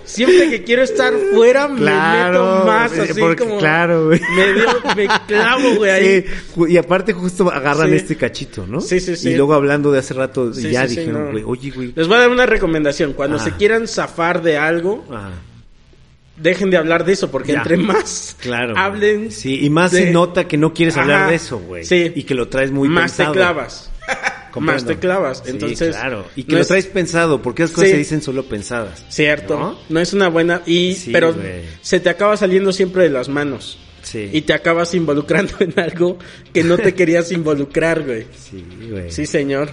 B: Siempre que quiero estar fuera, me
A: Claro,
B: meto más
A: eh,
B: así
A: porque-
B: como.
A: claro, güey.
B: Me, dio- me clavo, güey, ahí.
A: Sí, ju- y aparte justo agarran
B: Sí.
A: este cachito, ¿no?
B: Sí, sí, sí.
A: Y luego hablando de hace rato,
B: Sí,
A: ya
B: sí, sí,
A: dijeron,
B: no.
A: güey, oye, güey.
B: Les voy a dar una recomendación. Cuando
A: Ah.
B: se quieran zafar de algo,
A: Ah,
B: dejen de hablar de eso, porque
A: Ya.
B: entre más
A: claro.
B: hablen.
A: Sí, y más
B: de-
A: se nota que no quieres hablar
B: Ajá,
A: de eso, güey.
B: sí.
A: Y que lo traes muy
B: más
A: pensado.
B: te clavas.
A: Comprendo.
B: Más te clavas.
A: Sí,
B: Entonces.
A: claro. Y que
B: no
A: lo
B: es-
A: traes pensado, porque las cosas
B: Sí.
A: se dicen solo pensadas.
B: Cierto,
A: ¿No?
B: ¿No? es una buena y
A: Sí,
B: pero
A: güey.
B: se te acaba saliendo siempre de las manos.
A: Sí.
B: Y te acabas involucrando en algo que no te querías involucrar, güey.
A: Sí, güey.
B: Sí, señor.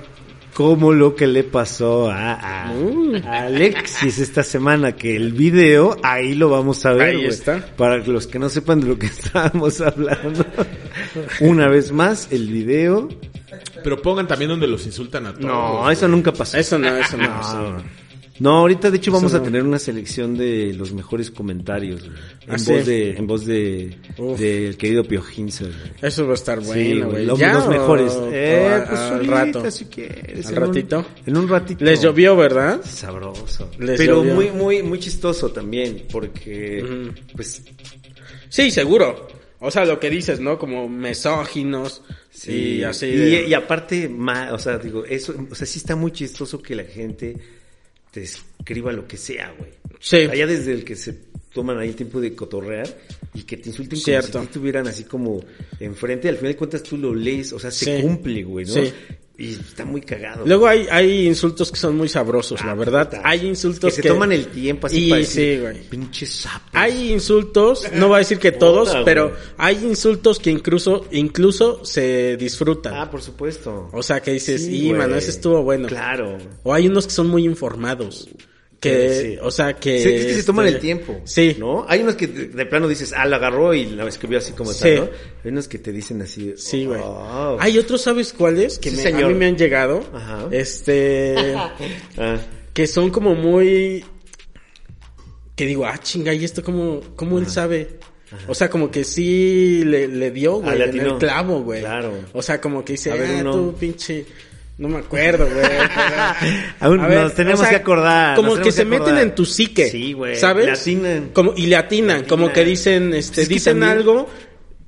A: como lo que le pasó a, a-
B: Uh.
A: a Alexis esta semana, que el video ahí lo vamos a ver.
B: Ahí
A: güey.
B: está.
A: Para los que no sepan de lo que estábamos hablando, una vez más, el video.
C: Pero pongan también donde los insultan a todos.
A: No, eso nunca pasó.
B: Eso no, eso no. eso no.
A: No, no, ahorita de hecho vamos
B: Eso
A: a
B: no.
A: tener una selección de los mejores comentarios güey, en,
B: Ah,
A: voz
B: ¿sí?
A: de, en voz de
B: Uf.
A: del querido Pio Hinze, güey.
B: Eso va a estar
A: Sí,
B: bueno,
A: güey,
B: güey.
A: lo-
B: Ya
A: los
B: o-
A: mejores.
B: o
A: Eh,
B: a-
A: pues
B: al
A: ahorita,
B: rato.
A: si quieres,
B: Al
A: en un-
B: ratito.
A: en un ratito.
B: Les llovió, ¿verdad?
A: Sabroso.
B: Les
A: Pero
B: llovió.
A: muy, muy, muy chistoso también, porque,
B: Ujú.
A: pues,
B: Sí, seguro. O sea, lo que dices, ¿no? Como misóginos
A: sí.
B: y así.
A: Y,
B: de-
A: y aparte, ma- o sea, digo, eso, o sea, sí está muy chistoso que la gente te escriba lo que sea, güey.
B: Sí.
A: Allá desde el que se toman ahí el tiempo de cotorrear y que te insulten
B: Cierto.
A: como si te tuvieran así como enfrente, al final de cuentas tú lo lees, o sea, se
B: Sí.
A: cumple, güey, ¿no?
B: Sí.
A: Y está muy cagado. Ah,
B: Luego hay, hay insultos que son muy sabrosos, la verdad.
A: Puta.
B: Hay insultos
A: Ah, que se toman el tiempo así
B: Y
A: para decir,
B: sí, güey.
A: pinche sapo.
B: Hay insultos, no voy a decir que todos,
A: Puta, güey.
B: pero hay insultos que incluso, incluso se disfrutan.
A: Ah, por supuesto.
B: o sea, que dices,
A: Sí,
B: y mano,
A: güey.
B: ese estuvo bueno.
A: Claro.
B: O hay unos que son muy informados. Que,
A: Sí, sí.
B: o sea, que.
A: Sí, es que se toman
B: este,
A: el tiempo.
B: Sí.
A: ¿No? Hay unos que de de plano dices, ah, la agarró y la escribió así como
B: Sí.
A: está, ¿no? Hay unos que te dicen así.
B: Sí, güey.
A: "Oh".
B: Hay otros, ¿sabes cuáles? Que
A: Sí,
B: me- a
A: señor.
B: mí me han llegado.
A: Ajá.
B: Este.
A: Ah,
B: que son como muy. Que digo, ah, chinga, ¿y esto cómo, cómo él sabe? O sea, como que sí le, le dio,
A: Ah,
B: güey,
A: le
B: en el
A: atinó.
B: clavo, güey.
A: Claro.
B: O sea, como que dice,
A: A ver,
B: ah,
A: uno.
B: tú, pinche. No me acuerdo, güey.
A: Aún
B: A
A: nos tenemos que acordar,
B: Como
A: nos
B: que
A: tenemos
B: se
A: que acordar.
B: meten en tu psique.
A: Sí, güey,
B: ¿Sabes?
A: le atinan.
B: Como, y le atinan,
A: Le
B: como que
A: atinan.
B: dicen, este,
A: Es que
B: dicen
A: también-
B: algo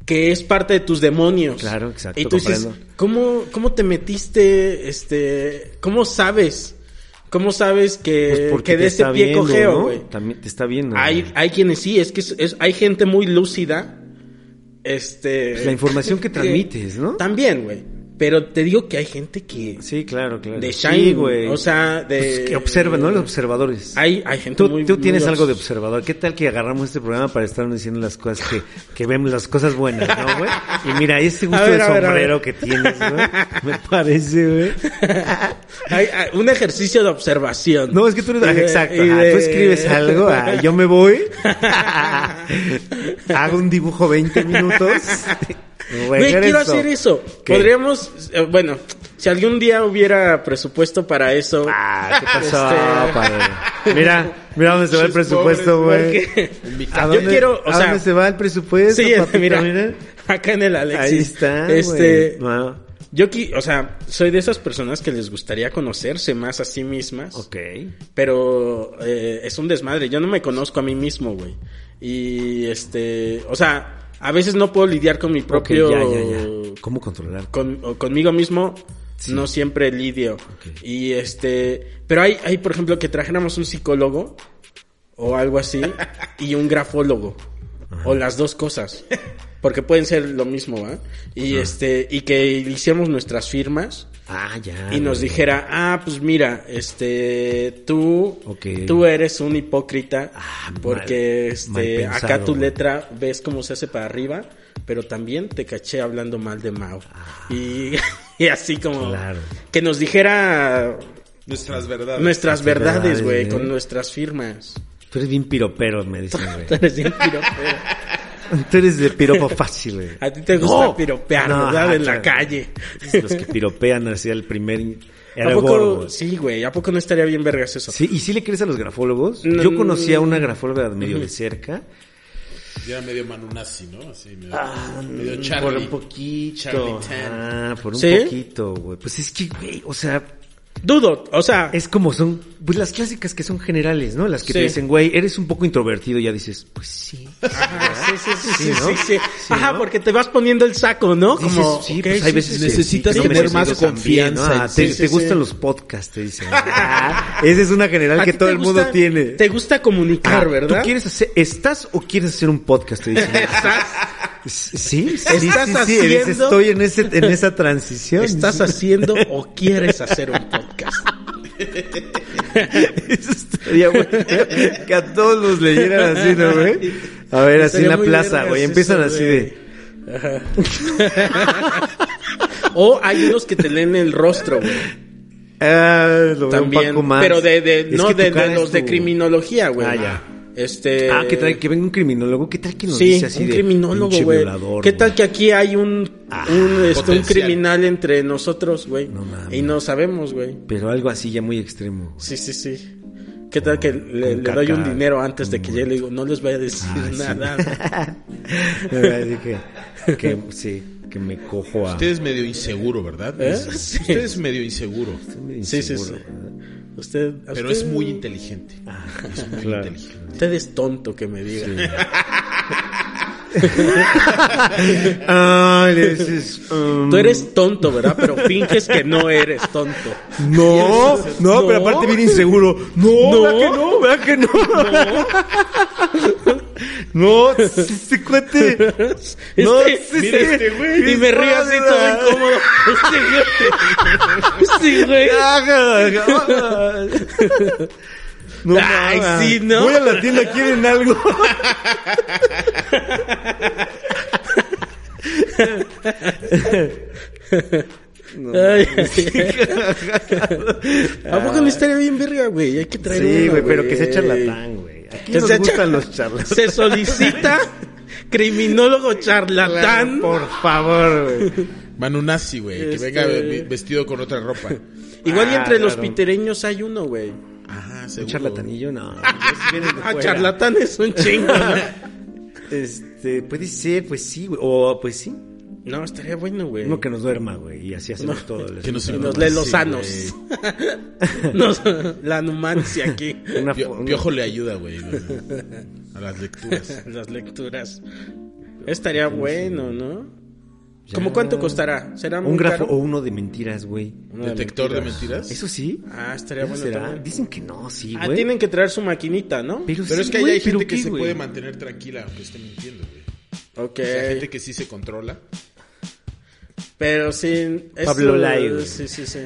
B: que es parte de tus demonios.
A: Claro, exacto,
B: Y tú dices,
A: comprendo.
B: ¿cómo, cómo te metiste, este, cómo sabes? ¿Cómo sabes que,
A: pues porque
B: que
A: te
B: de ese
A: está
B: pie
A: viendo,
B: cojeo,
A: ¿no?
B: güey?
A: También te está viendo.
B: Hay, hay quienes sí, es que es- es- hay gente muy lúcida, este...
A: Pues la información que transmites, ¿no?
B: También, güey. Pero te digo que hay gente que...
A: Sí, claro, claro.
B: De
A: Sí,
B: Shine,
A: güey.
B: O sea, de...
A: Pues que observan, ¿no? Los observadores.
B: Hay, hay gente
A: Tú,
B: muy...
A: tú tienes
B: muy
A: algo de
B: obs-
A: observador. ¿Qué tal que agarramos este programa para estarnos diciendo las cosas que, que vemos, las cosas buenas, ¿no, güey? Y mira, este gusto
B: A ver,
A: de
B: a ver, a
A: sombrero
B: ver.
A: que tienes, güey. Me parece, güey.
B: Hay- hay un ejercicio de observación.
A: No, es que tú eres.
B: Y de-
A: exacto.
B: y
A: ah,
B: de-
A: Tú escribes algo, ah, yo me voy. Hago un dibujo 20 minutos.
B: Güey, quiero
A: regreso.
B: hacer eso.
A: ¿Qué?
B: Podríamos, eh, bueno, si algún día hubiera presupuesto para eso.
A: Ah, ¿qué pasó,
B: Este-
A: padre? Mira, mira dónde se va el
C: Pinches
A: presupuesto,
B: pobres,
A: güey.
B: güey, que-
A: ¿A
B: Yo
A: dónde,
B: quiero, o
A: ¿a
B: sea-
A: dónde se va el presupuesto,
B: sí,
A: papito?
B: mira,
A: Mira.
B: acá en el Alexis.
A: Ahí está,
B: Este,
A: güey. Ah,
B: yo qui- o sea, soy de esas personas que les gustaría conocerse más a sí mismas,
A: ok.
B: pero eh, es un desmadre. Yo no me conozco a mí mismo, güey. Y este, o sea, a veces no puedo lidiar con mi
A: Ok,
B: propio
A: ya, ya, ya. ¿Cómo controlar?
B: con- o conmigo mismo
A: Sí.
B: no siempre lidio. Y este, pero hay, hay, por ejemplo, que trajéramos un psicólogo o algo así y un grafólogo o las dos cosas, porque pueden ser lo mismo, ¿va? Y este, y que hiciéramos nuestras firmas
A: Ah, ya.
B: y nos
A: güey.
B: dijera, "Ah, pues mira, este tú
A: Ok.
B: tú eres un hipócrita
A: Ah,
B: porque
A: mal- mal
B: este
A: pensado,
B: acá tu
A: güey.
B: letra ves cómo se hace para arriba, pero también te caché hablando mal de Mao." Y, y así como
A: Ah. Claro.
B: que nos dijera
C: Nuestras verdades.
B: nuestras
A: Nuestras
B: verdades,
A: verdades, ¿eh?
B: güey,
A: güey.
B: con nuestras firmas.
A: Tú eres bien piropero, me dicen, güey.
B: Eres bien piropero.
A: Tú eres de piropo fácil, güey.
B: A ti te gusta
A: No.
B: piropear,
A: No,
B: ¿verdad?
A: ajá,
B: En la
A: claro.
B: calle.
A: Los que piropean hacia el primer...
B: ¿A
A: Era gordo,
B: poco,
A: güey.
B: sí, güey, ¿a poco no estaría bien vergas eso?
A: Sí, ¿Y si le crees a los grafólogos?
B: No,
A: Yo
B: no,
A: conocí a
B: no.
A: una grafóloga medio de cerca.
C: Ya era medio manunazi, ¿no? Así, medio,
B: Ah,
C: medio Charlie.
A: Ah, Mm, Por un poquito.
C: Charlie Tan.
A: Ah, por un
B: ¿Sí?
A: poquito, güey. Pues es que, güey, o sea,
B: Dudo, o sea,
A: es como son, pues las clásicas que son generales, ¿no? Las que
B: Sí.
A: te dicen, güey, eres un poco introvertido y ya dices, pues sí.
B: Ajá, sí, sí, sí, sí,
A: Sí, ¿no?
B: sí, sí.
A: Sí,
B: Ajá,
A: ¿no?
B: porque te vas poniendo el saco, ¿no?
A: Dices,
B: Como,
A: sí,
B: ok,
A: pues
B: sí,
A: hay veces que
B: sí, sí.
C: necesitas
A: sí, yo me
C: tener
A: considero
C: más
A: también,
C: confianza
A: Ah,
C: en-
A: te
B: sí, sí,
A: te
B: sí.
A: gustan los podcasts, te dicen. Ah, ese es una general
B: ¿A
A: que
B: ti
A: todo
B: te
A: el mundo
B: gusta-
A: tiene.
B: Te gusta comunicar,
A: Ah,
B: ¿verdad?
A: ¿Tú quieres hacer, estás o quieres hacer un podcast? Te dicen. Sí, sí, sí,
B: ¿Estás
A: sí, sí,
B: haciendo-
A: es- estoy en, ese, en esa transición.
B: ¿Estás haciendo o quieres hacer un podcast?
A: Eso estaría bueno. Que a todos los leyeran así, ¿no, güey? A ver, así en
B: Estaría
A: la
B: muy
A: plaza,
B: vergas
A: güey.
B: eso,
A: Empiezan así
B: güey.
A: de.
B: O hay unos que te leen el rostro, güey.
A: Ah, lo veo un
B: También.
A: poco más.
B: Pero de, de-
A: Es
B: no,
A: que
B: de,
A: tu cara
B: de
A: es
B: los de
A: tu-
B: criminología, güey.
A: Ah, ya.
B: Este.
A: Ah, que, trae, que venga un criminólogo. ¿Qué tal que nos
B: Sí,
A: dice así
B: un
A: de
B: criminólogo,
A: pinche
B: güey.
A: violador,
B: ¿Qué tal
A: güey?
B: que aquí hay un, un, este, un
C: potencial.
B: criminal entre nosotros, güey?
A: No mames.
B: y no sabemos, güey.
A: Pero algo así ya muy extremo, güey.
B: Sí, sí, sí. ¿Qué tal que le,
A: con
B: le doy un
A: caca,
B: dinero antes de que
A: con
B: llegue? Le digo, no les voy a decir
A: Ah, sí.
B: nada.
A: Así que, que, sí, que me cojo a.
C: Usted es medio inseguro, ¿verdad?
B: ¿Eh?
C: Es-
B: Sí.
C: Usted es medio inseguro.
B: Sí, sí, sí. Usted, a
C: Pero
B: usted-
C: es muy inteligente.
A: Ah,
C: Es muy
A: claro.
C: inteligente.
B: Usted es tonto que me diga.
A: Ah, eres, es, um,
B: Tú eres tonto, ¿verdad? Pero finges que no eres tonto.
A: No,
B: Y eso-
A: no, pero
B: no.
A: aparte bien inseguro. No, ¿verdad que no? ¿Verdad que no? No, este cuate. No, sí,
B: mira
A: sí.
B: este güey. Y
A: Es
B: me río así
A: verdad.
B: todo incómodo. Este güey. Este güey.
A: No,
B: Ay,
A: mames.
B: sí, ¿no?
A: Voy a la tienda, quieren algo.
B: Ay. ¿A poco no estaría bien verga, güey? Hay que traer
A: Sí,
B: uno,
A: güey, pero que sea charlatán, güey. Aquí
B: Que
A: nos
B: sea
A: gustan
B: charla-
A: los charlatanes.
B: Se solicita criminólogo charlatán
A: Por favor, güey.
C: Manunazi, güey. Que
B: Este-
C: venga ve- vestido con otra ropa.
B: Igual y
A: Ah,
B: entre los
A: claro.
B: pitereños hay uno, güey.
C: Ajá,
A: Un
C: seguro.
A: charlatanillo, no. Si vienen de
B: Ah,
A: fuera.
B: charlatán es un chingo.
A: Este, puede ser, pues sí, güey. O pues sí.
B: No, No, estaría bueno, güey.
A: Uno que nos duerma, güey. Y así hacemos
B: No.
A: todo. el
C: Que nos-
B: Y
A: espectáculo.
B: nos lee
C: Sí,
B: los sanos. Nos- la numancia aquí.
A: Una
C: Pio-
A: fo- una-
C: Piojo le ayuda, güey. güey, A las lecturas.
B: Las lecturas. Estaría bueno, ¿no?
A: Ya.
B: ¿Cómo cuánto costará? ¿Será muy
A: Un grafo Oh,
B: caro?
A: o uno de mentiras, güey.
B: Uno de
C: ¿Detector de mentiras?
A: ¿Eso sí?
B: Ah, estaría
A: ¿Eso
B: bueno
A: será?
B: también.
A: Dicen que no, sí,
B: Ah,
A: güey.
B: tienen que traer su maquinita, ¿no?
A: Pero,
C: Pero
A: sí,
C: es que ahí
A: güey,
C: hay
A: pero
C: gente que
A: qué,
C: se
A: güey.
C: puede mantener tranquila aunque esté mintiendo, güey.
B: Ok.
C: O sea, hay gente que sí se controla.
B: Pero sí. es-
A: Pablo Lai.
B: Sí, sí, sí.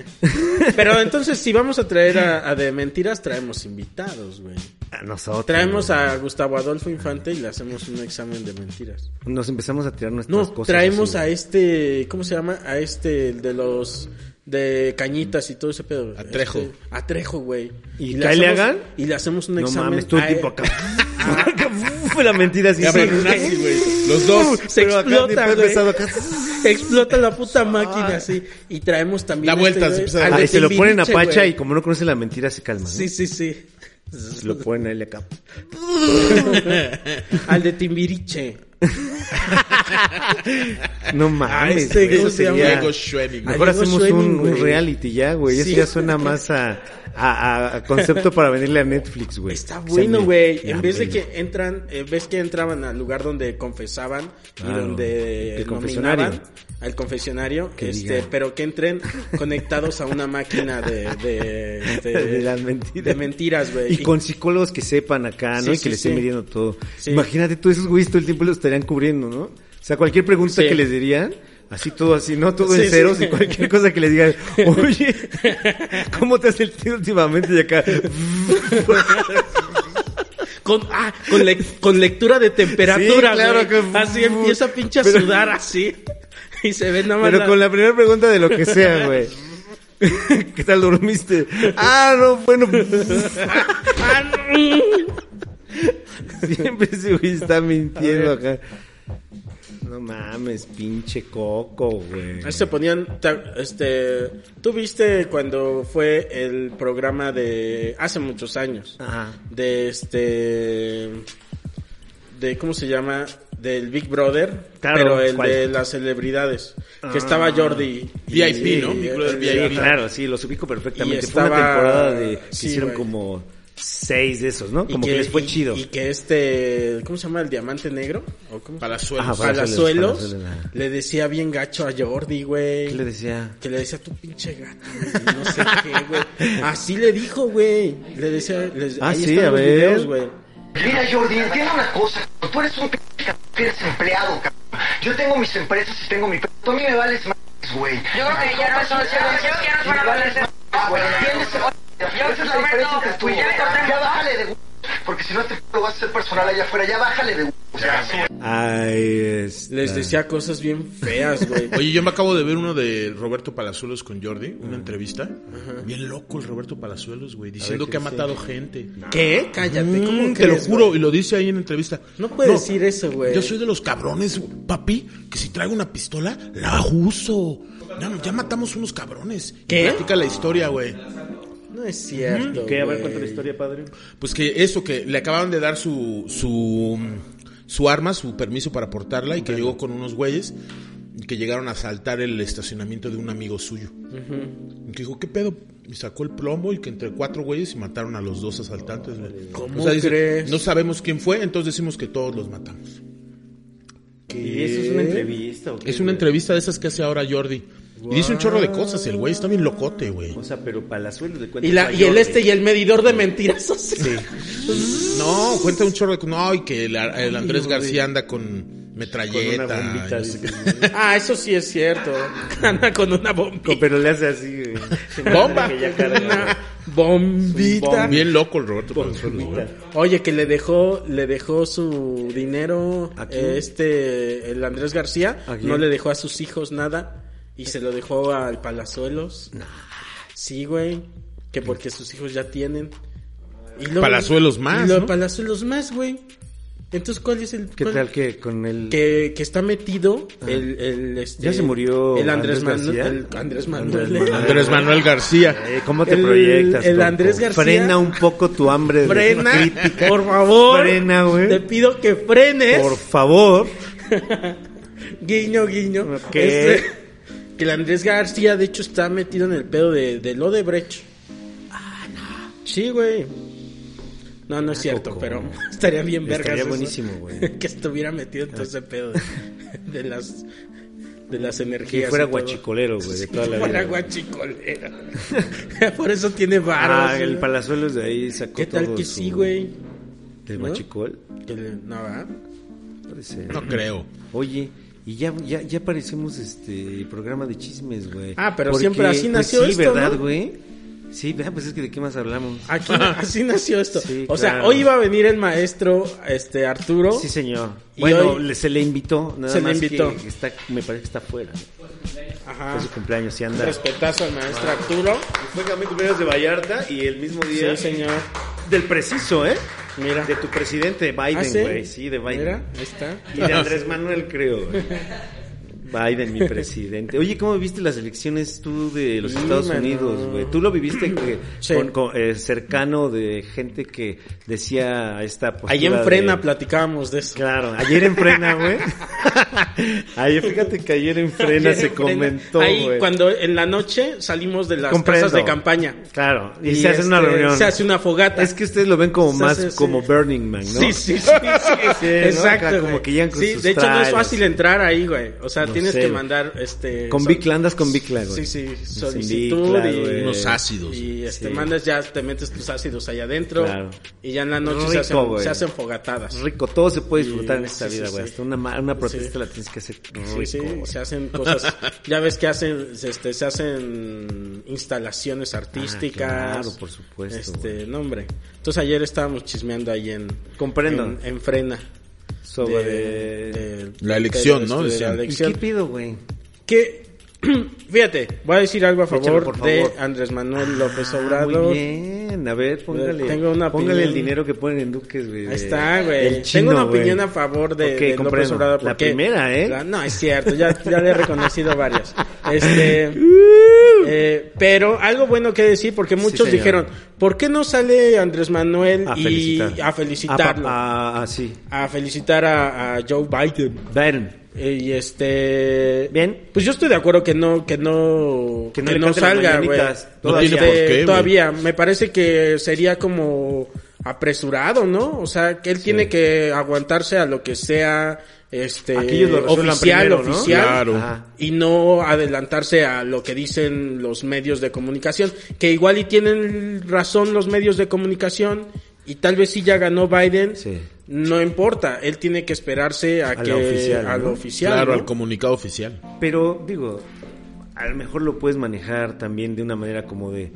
B: Pero entonces, si vamos a traer a, a de mentiras, traemos invitados, güey.
A: A nosotros.
B: Traemos a Gustavo Adolfo Infante y le hacemos un examen de mentiras.
A: Nos empezamos a tirar nuestras
B: No,
A: cosas.
B: traemos
A: así.
B: a este, ¿cómo se llama? A este el de los de cañitas y todo ese pedo.
C: A Trejo.
B: Este, a Trejo, güey.
A: ¿Y
B: le
A: cae le
B: hacemos-
A: hagan?
B: Y le hacemos un
A: No
B: examen.
A: mames, tú
B: a-
A: tipo acá. Acá, uf, la mentira sí.
B: Ya,
A: sí,
B: pero
A: güey.
B: nazi, güey.
C: Los dos.
B: Se
A: Pero acá
B: explota,
A: ni fue
B: güey.
A: pesado, Ah. acá.
B: Explota la puta máquina así. Y traemos también.
C: Da
B: a este
C: vueltas,
B: güey,
C: empieza a
B: al
C: dar-
B: de
A: Ah, y se lo ponen a
B: Timbiriche,
A: Pacha
B: güey.
A: y como no conoce la mentira se calma. ¿no?
B: Sí, sí, sí.
A: Se lo ponen a él acá.
B: al de Timbiriche.
A: No mames.
B: este,
A: güey,
B: ¿cómo
A: eso
B: se llama?
A: sería-
C: Diego Schwenning. güey.
A: Mejor
B: Diego
A: hacemos
B: Schwenning,
A: un, un
B: güey.
A: reality ya, güey.
B: Sí.
A: Eso ya suena más a, a- a- a concepto para venirle a Netflix, güey.
B: Está
A: O sea,
B: bueno,
A: me-
B: güey.
A: ya
B: En vez de
A: me-
B: que entran, eh, ves que entraban al lugar donde confesaban
A: Claro.
B: y donde
A: El confesionario.
B: confesionario. al confesionario,
A: Que
B: este,
A: diga.
B: pero que entren conectados a una máquina de de, este,
A: De las mentiras.
B: de mentiras, güey.
A: Y con psicólogos que sepan acá, ¿no? y
B: Sí,
A: que
B: sí,
A: les estén
B: sí.
A: midiendo todo.
B: Sí.
A: Imagínate, todos esos güeyes todo el tiempo los estarían cubriendo, ¿no? O sea, cualquier pregunta
B: Sí.
A: que les dirían, así todo así, ¿no? Todo
B: Sí,
A: en ceros
B: sí.
A: y cualquier cosa que les digan, oye, ¿cómo te has sentido últimamente? Y acá,
B: con ah, con, le- con lectura de temperatura,
A: Sí, claro
B: güey.
A: que-
B: así empieza a pinche a
A: Pero-
B: sudar así y se ve nada más
A: pero
B: la-
A: con la primera pregunta de lo que sea, güey. ¿Qué tal dormiste? Ah, no, bueno. Siempre ese güey está mintiendo acá. No mames, pinche coco, güey.
B: Ahí Se ponían, ta- este, tú viste cuando fue el programa de hace muchos años,
A: Ajá.
B: de este, de cómo se llama, del Big Brother,
A: Claro,
B: pero el
A: ¿cuál? Ah.
B: de las celebridades, que estaba Jordi, y-
C: VIP, ¿no?
B: y-
C: Big Brother
B: y-
A: Sí,
C: VIP.
A: claro, sí, los ubico perfectamente. Fue
B: Y estaba-
A: una temporada de que
B: sí,
A: hicieron
B: güey.
A: como seis de esos, ¿no?
B: y
A: Como que, les fue
B: y-
A: chido.
B: Y que este, ¿cómo se llama? El diamante negro, ¿O cómo?
C: Palazuelos.
A: Ah,
B: Palazuelos,
A: Palazuelos, Palazuelos.
B: le decía bien gacho a Jordi, güey.
A: ¿Qué le decía?
B: Que le decía tu pinche gato, güey, no sé qué, güey. Así le dijo, güey. Le decía, les-
A: Ah,
B: ahí
A: sí,
B: están
A: a
B: los
A: ver.
B: videos, güey.
H: Mira, Jordi, entiendo una cosa. cabrón. Tú eres un p- cabrón, eres empleado, cabrón. Yo tengo mis empresas y tengo mi p. A mí me vales más, güey. Yo creo que ya no es solución. Yo creo que ya no es para vales más, güey. ¿Entiendes? Esa es la diferencia entre tú. Ya bájale de güey. Porque si no te lo vas a hacer personal allá afuera. Ya bájale de güey. O sea,
A: Ay, este, es.
B: Les decía cosas bien feas, güey.
C: Oye, yo me acabo de ver uno de Roberto Palazuelos con Jordi, una entrevista. Bien loco el Roberto Palazuelos, güey, diciendo que ha matado gente.
B: ¿Qué? Cállate, ¿cómo
C: Mm, te lo
B: crees,
C: juro,
B: güey?
C: y lo dice ahí en la entrevista.
B: No puede decir eso, güey.
C: Yo soy de los cabrones, papi, que si traigo una pistola, la uso. Ya, ya matamos unos cabrones. Y
B: ¿Qué?
C: Platica la historia, güey.
B: No es cierto,
A: ¿Qué? A ver,
B: güey.
A: cuéntame la historia, padre.
C: Pues que eso, que le acababan de dar su, su, su arma, su permiso para portarla y que llegó con unos güeyes que llegaron a asaltar el estacionamiento de un amigo suyo. Y que dijo, ¿qué pedo? Y sacó el plomo y que entre cuatro güeyes y mataron a los dos asaltantes. güey.
B: ¿Cómo crees?
C: No sabemos quién fue, entonces decimos que todos los matamos.
A: ¿Y eso es una entrevista o qué,
C: Es una
A: güey?
C: entrevista de esas que hace ahora Jordi. Y dice un chorro de cosas, el güey está bien locote, güey.
A: O sea, pero Palazuelos de cuenta.
B: Y, la, y el este y el medidor de mentiras, así.
C: No, cuenta un chorro de cosas. No, y que el, el Andrés García anda con
A: Con
C: metralleta.
A: una bombita,
C: y no sé
A: dice.
C: qué.
B: Ah, eso sí es cierto. Anda con una bombita.
A: Pero le hace así, güey.
C: Bomba.
A: Que ya carga, güey.
B: Una bombita.
C: Bien loco el Roberto Palazuelos, güey.
B: Oye, que le dejó, le dejó su dinero,
A: ¿A quién?
B: eh, este, el Andrés García,
A: ¿A quién?
B: no le dejó a sus hijos nada y se lo dejó al Palazuelos. Sí, güey, que porque sus hijos ya tienen. Y luego-
C: Palazuelos más,
B: Y lo-
C: ¿no?
B: Palazuelos más, güey. Entonces, ¿cuál es el
A: ¿Qué
B: cuál-
A: tal que con el...
B: Pues, Que, que está metido el, el, este,
A: ¿Ya se murió
B: el Andrés,
A: Andrés
B: Manu-
A: García?
B: el Andrés Manuel.
A: Andrés Manuel.
C: Andrés Manuel García.
A: Eh, ¿Cómo te
B: el-
A: proyectas?
B: el
A: Coco?
B: Andrés García-
A: Frena un poco tu hambre de
B: Frena,
A: crítica.
B: por favor.
A: Frena, güey.
B: Te pido que frenes.
A: Por favor.
B: Guiño, guiño.
A: Ok.
B: Este, que el Andrés García, de hecho, está metido en el pedo de, de lo de Brecht. Ah, no. Sí, güey. No, no es cierto,
A: poco.
B: pero estaría bien vergas.
A: Ah, Estaría
B: eso.
A: buenísimo, güey.
B: que estuviera metido en todo ese pedo de, de las de las energías.
A: Que fuera
B: y todo.
A: guachicolero, güey, de toda la
B: Que fuera
A: vida.
B: guachicolera. Por eso tiene varas.
A: Ah, el
B: güey.
A: Palazuelos de ahí sacó
B: ¿Qué tal
A: todo
B: que
A: su-
B: sí, güey?
A: ¿Del
B: ¿No?
A: machicol?
B: Que le- No, ¿verdad?
A: Puede ser.
C: No creo.
A: Oye, Y ya, ya, ya parecemos este programa de chismes, güey.
B: Ah, pero siempre así nació
A: pues, sí,
B: esto,
A: ¿verdad,
B: ¿no? Ah,
A: güey? Sí, ¿verdad? pues es que de qué más hablamos.
B: Aquí, así nació esto.
A: Sí,
B: o sea,
A: claro.
B: hoy iba a venir el maestro este Arturo.
A: Sí, señor.
B: Y
A: Bueno,
B: hoy-
A: le- se le invitó, nada
B: Se le
A: más
B: invitó. Ah.
A: que está, me parece que está fuera.
B: Ajá.
A: Es su cumpleaños y
B: Un
A: anda.
B: Respetazo al maestro Arturo.
A: Fue a mi cumpleaños de Vallarta y el mismo
B: Sí, señor.
A: del preciso, ¿eh?
B: Mira.
A: De tu presidente
B: Ah,
A: Biden,
B: ¿sí?
A: güey. Sí, de Biden.
B: Mira, ahí está.
A: Y de Andrés Manuel, creo. güey. Biden, mi presidente. Oye, ¿cómo viviste las elecciones tú de los
B: Sí,
A: Estados
B: mano.
A: Unidos, güey? Tú lo viviste que-
B: Sí.
A: con- con, eh, cercano de gente que decía esta postura
B: Ahí en
A: de-
B: frena platicábamos de eso.
A: Claro, ayer en frena, güey. ayer, fíjate que ayer en frena
B: Ayer
A: se
B: en Frena.
A: comentó,
B: Ahí
A: güey.
B: cuando en la noche salimos de las
A: Comprendo.
B: casas de campaña.
A: Claro, y, se hace una
B: este,
A: reunión.
B: Se hace una fogata.
A: Es que ustedes lo ven como
B: Se
A: más
B: hace, sí.
A: como Burning Man, ¿no?
B: Sí, sí, sí, sí,
A: ¿no?
B: Exacto.
A: Acá como
B: güey.
A: que llegan con
B: sí,
A: sus
B: de hecho no es
A: trailers.
B: fácil entrar ahí, güey. O sea,
A: No
B: tienes
A: sé,
B: que
A: güey.
B: mandar este
A: Con
B: sol-
A: Bicla, andas con Bicla, güey.
B: Sí, sí,
A: Sin
B: solicitud
A: Bicla,
B: y-
A: güey.
C: Unos ácidos.
B: Y este
A: Sí.
B: mandas ya te metes tus ácidos ahí adentro
A: Claro.
B: y ya en la noche se,
A: Rico,
B: hacen,
A: güey.
B: se hacen fogatadas.
A: pues, Rico, todo se puede
B: Y-
A: disfrutar en esta
B: sí, sí,
A: vida, güey.
B: sí.
A: Hasta una, ma- una protesta
B: Sí.
A: la tienes que hacer rico,
B: Sí, sí,
A: güey.
B: se hacen cosas. ya ves que hacen, este, se hacen instalaciones artísticas.
A: Ah, claro, por supuesto,
B: Este,
A: güey.
B: nombre. Entonces ayer estábamos chismeando ahí en.
A: Comprendo.
B: En, en Frena.
A: Sobre...
B: de-
C: La elección,
B: de-
C: ¿no?
B: de la
C: Decían.
A: ¿Y qué
B: elección.
A: pido, güey?
B: Que, fíjate, voy a decir algo a favor,
A: Échalo, por
B: de
A: favor.
B: Andrés Manuel López
A: Ah,
B: Obrador. Eh,
A: Muy bien, a ver, póngale,
B: Tengo una
A: póngale el
B: opinión.
A: dinero que ponen en Duques, güey.
B: Ahí está, güey.
A: El
B: Tengo
A: chino,
B: una
A: güey.
B: opinión a favor de,
A: Ok,
B: de López
A: comprendo.
B: Obrador.
A: La
B: porque-
A: primera, ¿eh?
B: La- no, es cierto, ya, ya le he reconocido varias. Este, eh, pero algo bueno que decir, porque muchos
A: Uh. señor.
B: dijeron, ¿por qué no sale Andrés Manuel
A: A
B: y
A: felicitar. Ah,
B: a felicitarlo? A,
A: A, a- a- sí.
B: felicitar a, a Joe Biden.
A: Biden.
B: Eh, Y este.
A: Bien.
B: Pues yo estoy de acuerdo que no, que no,
A: Que no le cante las
B: salga, güey.
A: mañanitas.
C: No
B: Todavía.
C: tiene por qué, güey.
B: Este, Todavía. Me parece que sería como apresurado, ¿no? O sea, que él tiene que aguantarse a lo que sea, este,
A: Aquí ellos lo resuelvan
B: oficial,
A: primero, ¿no?
B: oficial.
C: Claro.
A: Ajá.
B: Y no adelantarse a lo que dicen los medios de comunicación. Que igual y tienen razón los medios de comunicación. Y tal vez si ya ganó Biden,
A: Sí.
B: no importa. Él tiene que esperarse a,
A: la
B: que
A: oficial,
B: a
A: ¿no?
B: lo oficial.
C: claro,
B: ¿no?
C: al comunicado oficial.
A: Pero, digo, a lo mejor lo puedes manejar también de una manera como de.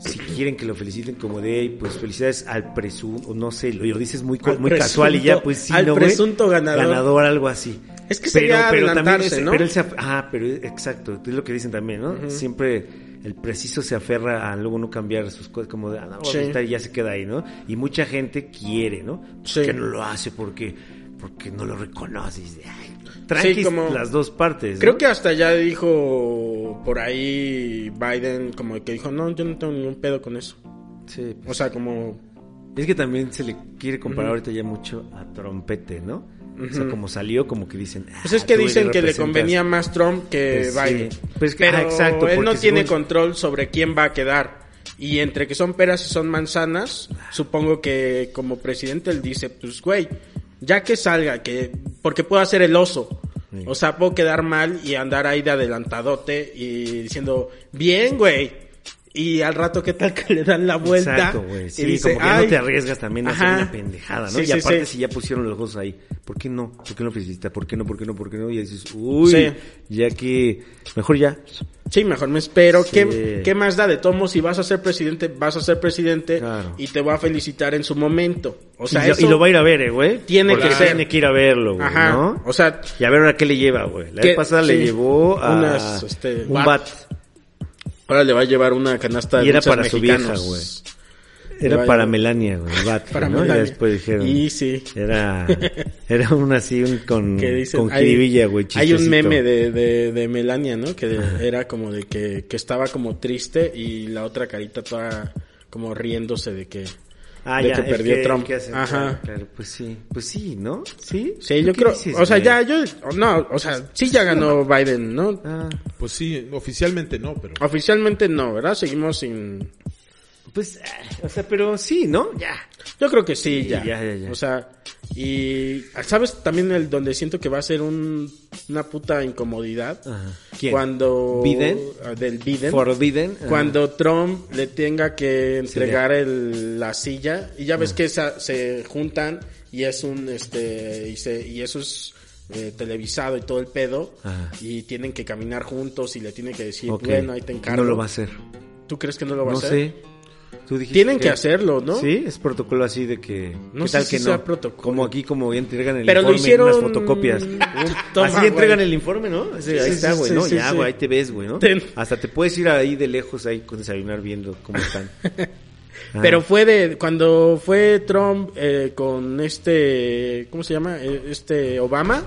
A: Si quieren que lo feliciten como de, "Ey, pues felicidades al presunto, o no sé, lo, lo dices muy, co-
B: Al
A: muy casual y ya,
B: presunto-
A: pues sí,
B: al
A: ¿no, güey?
B: presunto ganador.
A: Ganador, algo así.
B: Es que sería adelantarse,
A: es-
B: ¿no?
A: Pero él se, af- ah, pero exacto, es lo que dicen también, ¿no? Siempre el preciso se aferra a luego no cambiar sus cosas, como de, ah, no, voy a
B: Sí.
A: felicitar", y ya se queda ahí, ¿no? Y mucha gente quiere, ¿no? Pues
B: Sí.
A: Que no lo hace porque, porque no lo reconoce. y dice, "Ay, Tranquis
B: como-
A: las dos partes. ¿no?
B: Creo que hasta ya dijo por ahí Biden, como que dijo, no, yo no tengo ningún pedo con eso.
A: Sí.
B: O sea, como...
A: Es que también se le quiere comparar ahorita ya mucho a Trompete, ¿no? O sea, como salió, como que dicen. "Ah,
B: Pues es que dicen que le convenía
A: más.
B: más Trump que
A: Pues sí.
B: Biden.
A: Pues que-
B: Pero
A: ah, exacto,
B: él no
A: porque
B: tiene
A: según-
B: control sobre quién va a quedar. Y entre que son peras y son manzanas, supongo que como presidente él dice, pues güey, ya que salga, que porque puedo hacer el oso.
A: Sí.
B: O sea, puedo quedar mal y andar ahí de adelantadote y diciendo, bien, güey. Y al rato, ¿qué tal que le dan la vuelta?
A: Exacto, güey. Sí,
B: y dice,
A: como que ya
B: "Ay".
A: no te arriesgas también a hacer
B: Ajá.
A: una pendejada, ¿no?
B: Sí,
A: y
B: sí,
A: aparte,
B: sí.
A: si ya pusieron los ojos ahí, ¿por qué no? ¿Por qué no felicita? ¿Por qué no? ¿Por qué no? ¿Por qué no? Y dices, uy,
B: Sí.
A: ya que. pues Mejor ya.
B: Sí, mejor me espero.
A: Sí.
B: ¿Qué, qué más da de tomo? Si vas a ser presidente, vas a ser presidente
A: Claro.
B: y te va a felicitar en su momento. O sea,
A: y, lo-
B: eso-
A: y lo va a ir a ver, eh, güey.
B: Tiene
A: Porque
B: que ser.
A: Tiene que ir a verlo, güey.
B: Ajá.
A: ¿no?
B: O sea,
A: Y a ver ahora qué le lleva, güey. La
B: ¿Qué?
A: vez pasada le
B: Sí.
A: llevó a
B: Unas, este,
A: un
B: bat.
A: bat.
B: ahora le va a llevar una canasta de
A: Y era
B: dulces
A: para su
B: mexicanos.
A: vieja, güey.
B: Vaya.
A: Era para Melania, güey, el bat,
B: Para
A: ¿no?
B: Melania.
A: Y después dijeron.
B: Y sí.
A: Era, era un así un con,
B: Que dicen,
A: Mm, con
B: hay-
A: jiribilla, güey.
B: Hay un
A: chistecito.
B: meme de, de, de Melania, ¿no? Que de- era como de que, que estaba como triste y la otra carita toda como riéndose de que,
A: Ah,
B: de
A: ya,
B: que
A: el
B: perdió
A: el
B: Trump.
A: que hacen,
B: Ajá.
A: claro, claro, pues sí. Pues sí, ¿no? Sí. ¿Tú
B: Sí, yo
A: qué
B: creo,
A: dices,
B: o sea,
A: güey?
B: ya yo, no, o sea, sí ya ganó Biden, ¿no?
A: Ah,
C: Pues sí, oficialmente no, pero.
B: Oficialmente no, ¿verdad? Seguimos sin,
A: pues, ah, o sea, pero sí, ¿no? Ya.
B: Yo creo que sí,
A: Sí,
B: ya.
A: ya, ya, ya.
B: O sea, y ¿sabes también el donde siento que va a ser un, una puta incomodidad?
A: Ajá. ¿Quién?
B: Cuando
A: ¿Biden?
B: ah, del Biden.
A: Forbidden. ah,
B: Cuando Trump le tenga que entregar el, la silla y ya ves que esa- se juntan y es un este y, se- y eso es eh, televisado y todo el pedo.
A: Ajá.
B: Y tienen que caminar juntos y le tiene que decir,
A: Ok.
B: bueno, ahí te encargo.
A: No lo va a hacer.
B: ¿Tú crees que no lo va
A: No
B: a hacer?
A: sé. Tú dijiste
B: Tienen que hacerlo, ¿no?
A: Sí, es protocolo así de que.
B: No
A: ¿qué
B: sé
A: tal
B: si
A: que
B: sea
A: no?
B: protocolo.
A: Como aquí, como bien entregan el
B: Pero lo
A: informe, en
B: hicieron-
A: unas fotocopias.
B: Toma,
A: así entregan
B: güey.
A: el informe, ¿no? Así,
B: Sí,
A: ahí
B: sí,
A: está,
B: sí,
A: güey,
B: sí,
A: ¿no?
B: sí,
A: ya,
B: sí.
A: güey, ahí te ves, güey, ¿no?
B: Ten.
A: Hasta te puedes ir ahí de lejos, ahí con desayunar viendo cómo están. Ah,
B: Pero fue de cuando fue Trump eh, con este, ¿cómo se llama? Eh, Este Obama.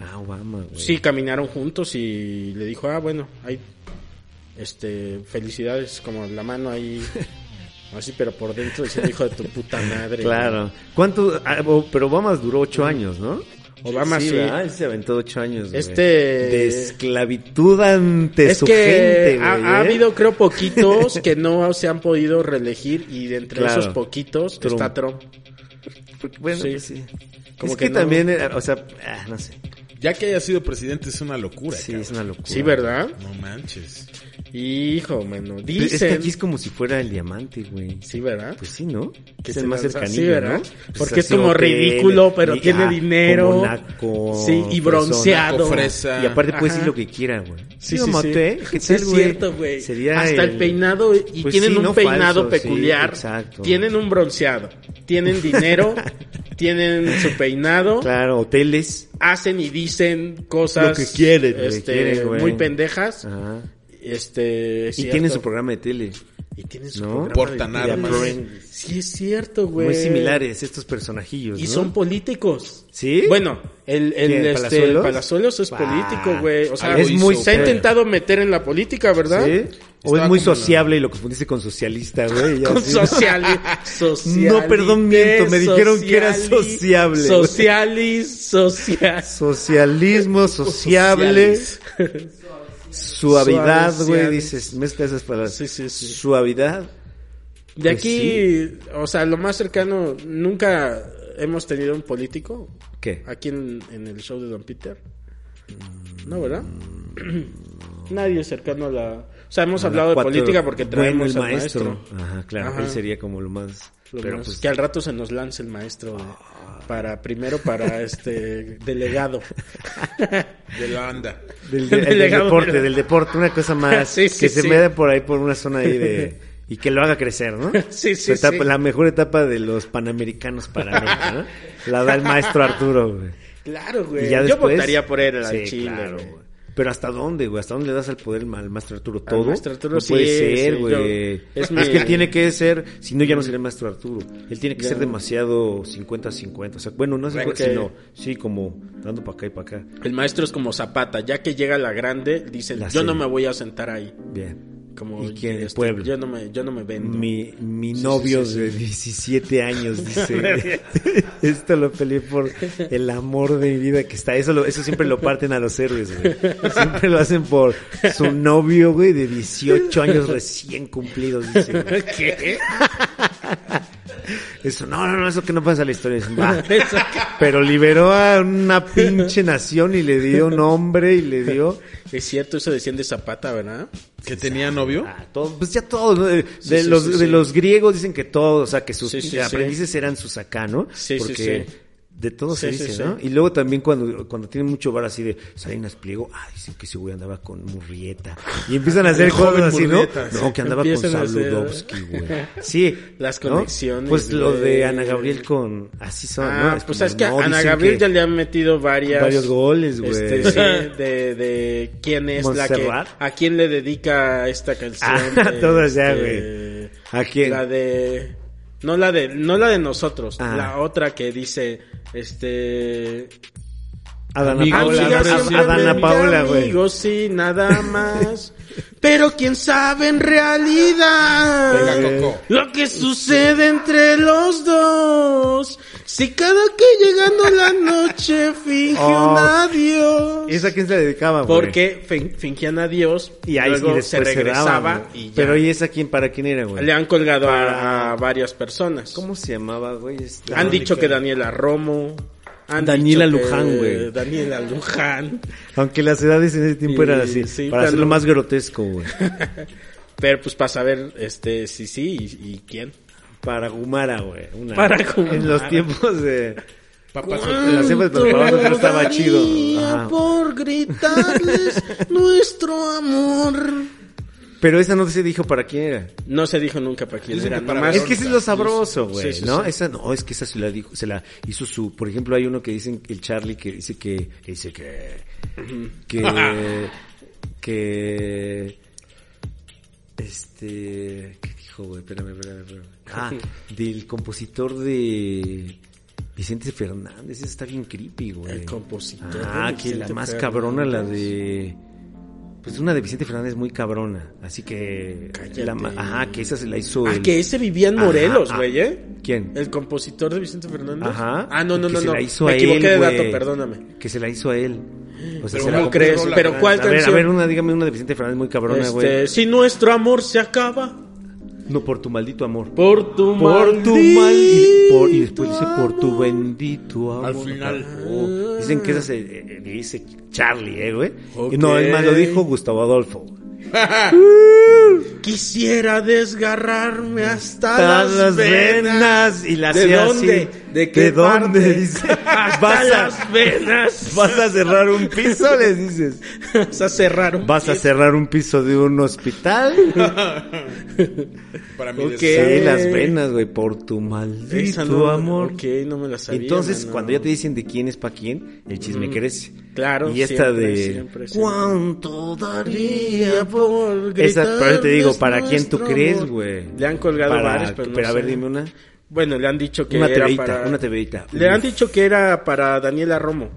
A: Ah, Obama, güey.
B: Sí, caminaron juntos y le dijo, ah, bueno, hay, este, felicidades, como la mano ahí, así, pero por dentro es el hijo de tu puta madre.
A: Claro. ¿Cuánto? ah, bo- pero Obama duró ocho años, ¿no?
B: Mm. Obama sí.
A: ¿verdad? Él se aventó ocho años. güey.
B: Este-
A: De esclavitud ante
B: Es
A: su
B: que
A: gente,
B: ha,
A: güey,
B: ha
A: ¿eh?
B: habido, creo, poquitos que no se han podido reelegir y de entre
A: Claro.
B: esos poquitos
A: Trump.
B: está Trump.
A: Porque, bueno,
B: Sí.
A: pues sí.
B: Como
A: es
B: que
A: que,
B: no.
A: también, eh, o sea, ah, no sé.
C: Ya que haya sido presidente es una locura,
A: Sí,
C: cabrón.
A: es una locura.
B: Sí, ¿verdad?
C: No manches.
B: Hijo, mano,
A: Pero
B: dicen...
A: Es que aquí es como si fuera el diamante, güey.
B: Sí, ¿verdad?
A: Pues sí, ¿no?
B: Que
A: Que es
B: se
A: el más
B: lanza-
A: cercanillo,
B: sí, ¿verdad? Pues
A: ¿no?
B: Porque es
A: así,
B: como
A: hoteles,
B: ridículo, pero
A: y-
B: tiene
A: ah,
B: dinero.
A: como naco,
B: Sí, y bronceado.
A: persona.
C: Fresa.
A: Y aparte puede
B: Ajá.
A: decir lo que quiera, güey.
B: Sí,
A: Yo
B: sí, sí.
A: maté, eh? ¿qué
B: Sí,
A: tal,
B: es
A: güey?
B: cierto, güey.
A: Sería
B: Hasta el, peinado y
A: Pues
B: tienen
A: sí,
B: un
A: no
B: peinado
A: falso, sí,
B: peculiar.
A: exacto.
B: Tienen un bronceado, tienen dinero, tienen su peinado,
A: Claro, hoteles.
B: hacen y dicen cosas
A: Lo que quieren, güey,
B: este,
A: quieren, güey.
B: muy pendejas.
A: Ajá.
B: Este, es
A: Y
B: cierto.
A: tienen su programa de tele.
B: y tienen su
A: ¿no?
B: programa
C: Portan
B: de tele.
C: armas.
B: Sí es cierto, güey.
A: Muy similares estos personajillos,
B: Y
A: Pues ¿no?
B: son políticos.
A: ¿Sí?
B: Bueno, el, el,
A: ¿Quién,
B: este,
A: Palazuelos?
B: Palazuelos es
A: Bah,
B: político, güey. O sea,
A: algo
B: es muy,
A: hizo,
B: se ha
A: pero-
B: intentado meter en la política, ¿verdad?
A: ¿Sí? O
C: Estaba
A: es muy
C: como
A: sociable y lo confundiste con socialista, güey. ya
B: Con
A: sí, ¿no?
B: sociali socialite,
A: No, perdón, miento, me dijeron que era
B: sociali-
A: sociable, güey.
B: Socialis, social.
A: Socialismo, sociable,
B: socialis.
A: suavidad, güey,
B: Suaveciales.
A: dices, mezcla esas palabras.
B: Sí, sí, sí.
A: Suavidad.
B: De
A: Pues
B: aquí, o sea, lo más cercano, nunca hemos tenido un político
A: ¿Qué?
B: aquí en, en el show de Don Peter. No, ¿verdad? Nadie es cercano a la... O sea, hemos hablado de
A: Mm. Cuatro-
B: política porque
A: bueno,
B: traemos
A: el
B: al maestro.
A: maestro. Ajá, claro,
B: Ajá.
A: él sería como lo más.
B: Lo
A: pero
B: más-
A: pues, Ah.
B: que al rato se nos lance el maestro de- para primero para este delegado.
C: De la banda.
A: del, del- del
B: Delegado,
A: deporte,
B: pero-
A: del deporte, una cosa más
B: Sí, sí,
A: que se
B: sí.
A: meta por ahí por una zona ahí de y que lo haga crecer, ¿no?
B: Sí, sí,
A: Su etapa-
B: sí.
A: La mejor etapa de los panamericanos para América, ¿no? La da el maestro Arturo, güey.
B: Claro,
A: Y
B: güey.
A: ya
B: Yo
A: después-
B: votaría por él al
A: Sí,
B: Chile,
A: claro,
B: güey.
A: güey. Pero ¿hasta dónde, güey? ¿Hasta dónde le das al poder al maestro Arturo? ¿Todo?
B: maestro Arturo
A: no
B: sí,
A: puede
B: sí,
A: ser, güey.
B: yo- es
A: es,
B: mi- Mm.
A: que él tiene que ser, si no ya no sería el maestro Arturo. Él tiene que
B: Ya.
A: ser demasiado 50-50. O sea, bueno, no 50,
B: Ok.
A: sino, sí, como dando para acá y para acá.
B: El maestro es como Zapata, ya que llega la grande, dicen,
A: La
B: yo no
A: serie.
B: me voy a sentar ahí.
A: Bien.
B: Como
A: ¿Y quién? El
B: este,
A: pueblo.
B: Yo no me, yo no me vendo.
A: Mi, mi
B: Sí,
A: novio
B: sí, sí,
A: de 17 años dice, esto lo peleé por el amor de mi vida que está, eso lo- eso siempre lo parten a los héroes, güey. Siempre lo hacen por su novio, güey, de 18 años recién cumplidos, dice. güey.
B: ¿Qué?
A: Eso, no, no, no, eso que no pasa en la historia. Dicen, "Va". Pero liberó a una pinche nación y le dio nombre y le dio...
B: Es cierto, eso decían de Zapata, ¿verdad?
C: ¿Que tenía novio?
A: Ah, todo, pues ya todos, ¿no? de,
B: Sí,
A: de
B: sí,
A: los,
B: sí,
A: de
B: sí.
A: los griegos dicen que todos, o sea, que sus
B: Sí, sí,
A: aprendices eran sus acá, ¿no?
B: Sí, sí,
A: Porque
B: sí.
A: de todo se
B: Sí, sí,
A: dice,
B: sí.
A: ¿no? Y luego también cuando, cuando tienen mucho bar así de Salinas Pliego, ah, dicen que ese güey andaba con Murrieta. Y empiezan a hacer
C: El joven
A: cosas así, ¿no?
C: Murrieta, sí.
A: No, que andaba con
B: Empiezan a hacer-
A: Saludowski, güey. Sí.
B: Las
A: ¿no?
B: conexiones,
A: Pues lo
B: güey.
A: de Ana Gabriel con, así son,
B: ah,
A: ¿no? Es
B: pues
A: como,
B: es que
A: no,
B: a Ana
A: dicen
B: Gabriel
A: que
B: ya le han metido varias...
A: Varios goles, güey.
B: Este, sí, de, de quién es la
A: Montserrat.
B: que... A quién le dedica esta canción.
A: Ah,
B: de,
A: todas ya,
B: este,
A: ¿A quién?
B: La de no la de no la de nosotros,
A: Ah.
B: la otra que dice este
A: Adana
B: Ah,
C: Amigo,
A: Paola,
C: amiga,
A: Adana-
C: siempre
A: Adana
C: mi
A: Paola, güey.
B: Digo sí, nada más. Pero quién sabe en realidad
C: Venga, Coco.
B: lo que sucede entre los dos. Si cada que llegando la noche finge un
A: Oh.
B: adiós.
A: ¿Esa a quién se la dedicaba, güey?
B: Porque fin- fingían adiós
A: Y ahí
B: luego
A: y
B: se regresaba
A: daban,
B: y
A: güey.
B: ya.
A: Pero ¿y esa quién para quién era, güey?
B: le han colgado a,
A: Para-
B: a varias personas.
A: ¿Cómo se llamaba, güey? Este-
B: Han dicho que Daniela Romo. han
A: Daniela
B: dicho que
A: Luján, güey.
B: Daniela Luján.
A: Aunque las edades en ese tiempo
B: Y-
A: eran así,
B: sí,
A: para
B: pero-
A: hacerlo más grotesco, güey.
B: Pero pues para saber, este, sí, sí, y, y quién.
A: Para Gumara, güey. una-
B: Para Gumara.
A: En los tiempos de...
B: Ah.
C: Papas
A: La cepa de Papá Soltero estaba chido. Ajá.
B: por gritarles nuestro amor.
A: Pero esa no se dijo para quién era.
B: No se dijo nunca para quién
C: Dicen
B: era.
C: que para
B: nomás-
A: es que ese es lo sabroso,
B: Sí,
A: güey,
B: sí,
A: ¿no?
B: sí.
A: Esa no, es que esa se la, dijo- se la hizo su... Por ejemplo, hay uno que dicen, el Charlie, que dice que... Que dice que... Que... que este... ¿Qué dijo, güey? Espérame, espérame, espérame. Ah, del compositor de... Vicente Fernández, esa está bien creepy, güey.
B: El compositor
A: Ah,
B: de
A: que la
B: Vicente
A: más
B: Fernández.
A: cabrona, la de... Pues una de Vicente Fernández muy cabrona. Así que... la ma-
B: Cállate.
A: ajá, que esa se la hizo...
B: Ah,
A: el-
B: que ese vivía en
A: Ajá,
B: Morelos,
A: ah,
B: güey, ¿eh?
A: ¿Quién?
B: El compositor de Vicente Fernández.
A: Ajá.
B: Ah, no, no,
A: que
B: no,
A: se
B: no.
A: La hizo
B: Me
A: a
B: equivoqué
A: él,
B: de dato,
A: güey.
B: perdóname.
A: Que se la hizo a él. O
C: Pero
A: se la
C: ¿cómo
A: compuso.
B: crees? ¿Pero cuál
A: a ver,
B: canción?
A: A ver, una, dígame una de Vicente Fernández muy cabrona, güey.
B: Este, si nuestro amor se acaba
A: No, por tu maldito amor.
B: por tu
A: Por tu
B: maldito
A: mal y, por- y después dice por tu bendito amor.
C: Al final.
A: Oh, dicen que esa se eh, eh, dice Charlie, eh, güey.
B: Ok.
A: Y No, es más, lo dijo Gustavo Adolfo. güey.
B: Quisiera desgarrarme hasta,
A: Todas
B: las,
A: las
B: venas.
A: venas y las
B: ¿De dónde? ¿De qué
A: dónde?
B: parte?
A: Dice,
B: Hasta
A: vas a,
B: las venas.
A: vas a cerrar un piso, les dices.
B: Vas a cerrar un
A: Vas a
B: pie.
A: cerrar un piso de un hospital.
C: Para mí,
B: Ok.
A: Sí, las venas, güey, por tu maldito
B: Esa no,
A: amor.
B: Ok, no me la sabía.
A: Entonces,
B: mano.
A: cuando ya te dicen de quién es para quién, el chisme crece.
B: Claro,
A: Y esta
B: siempre,
A: de.
B: siempre, siempre.
A: ¿Cuánto daría
B: por
A: Esa, pero te digo, ¿para
B: gritarles
A: quién tú
B: nuestro
A: crees,
B: amor?
A: güey?
B: Le han colgado
A: Para-
B: varias, pero no
A: a ver,
B: sé.
A: dime una.
B: Bueno, le han dicho que
A: Una
B: era
A: tebeita,
B: para...
A: una tebeita.
B: Le han
A: Uf.
B: dicho que era para Daniela Romo.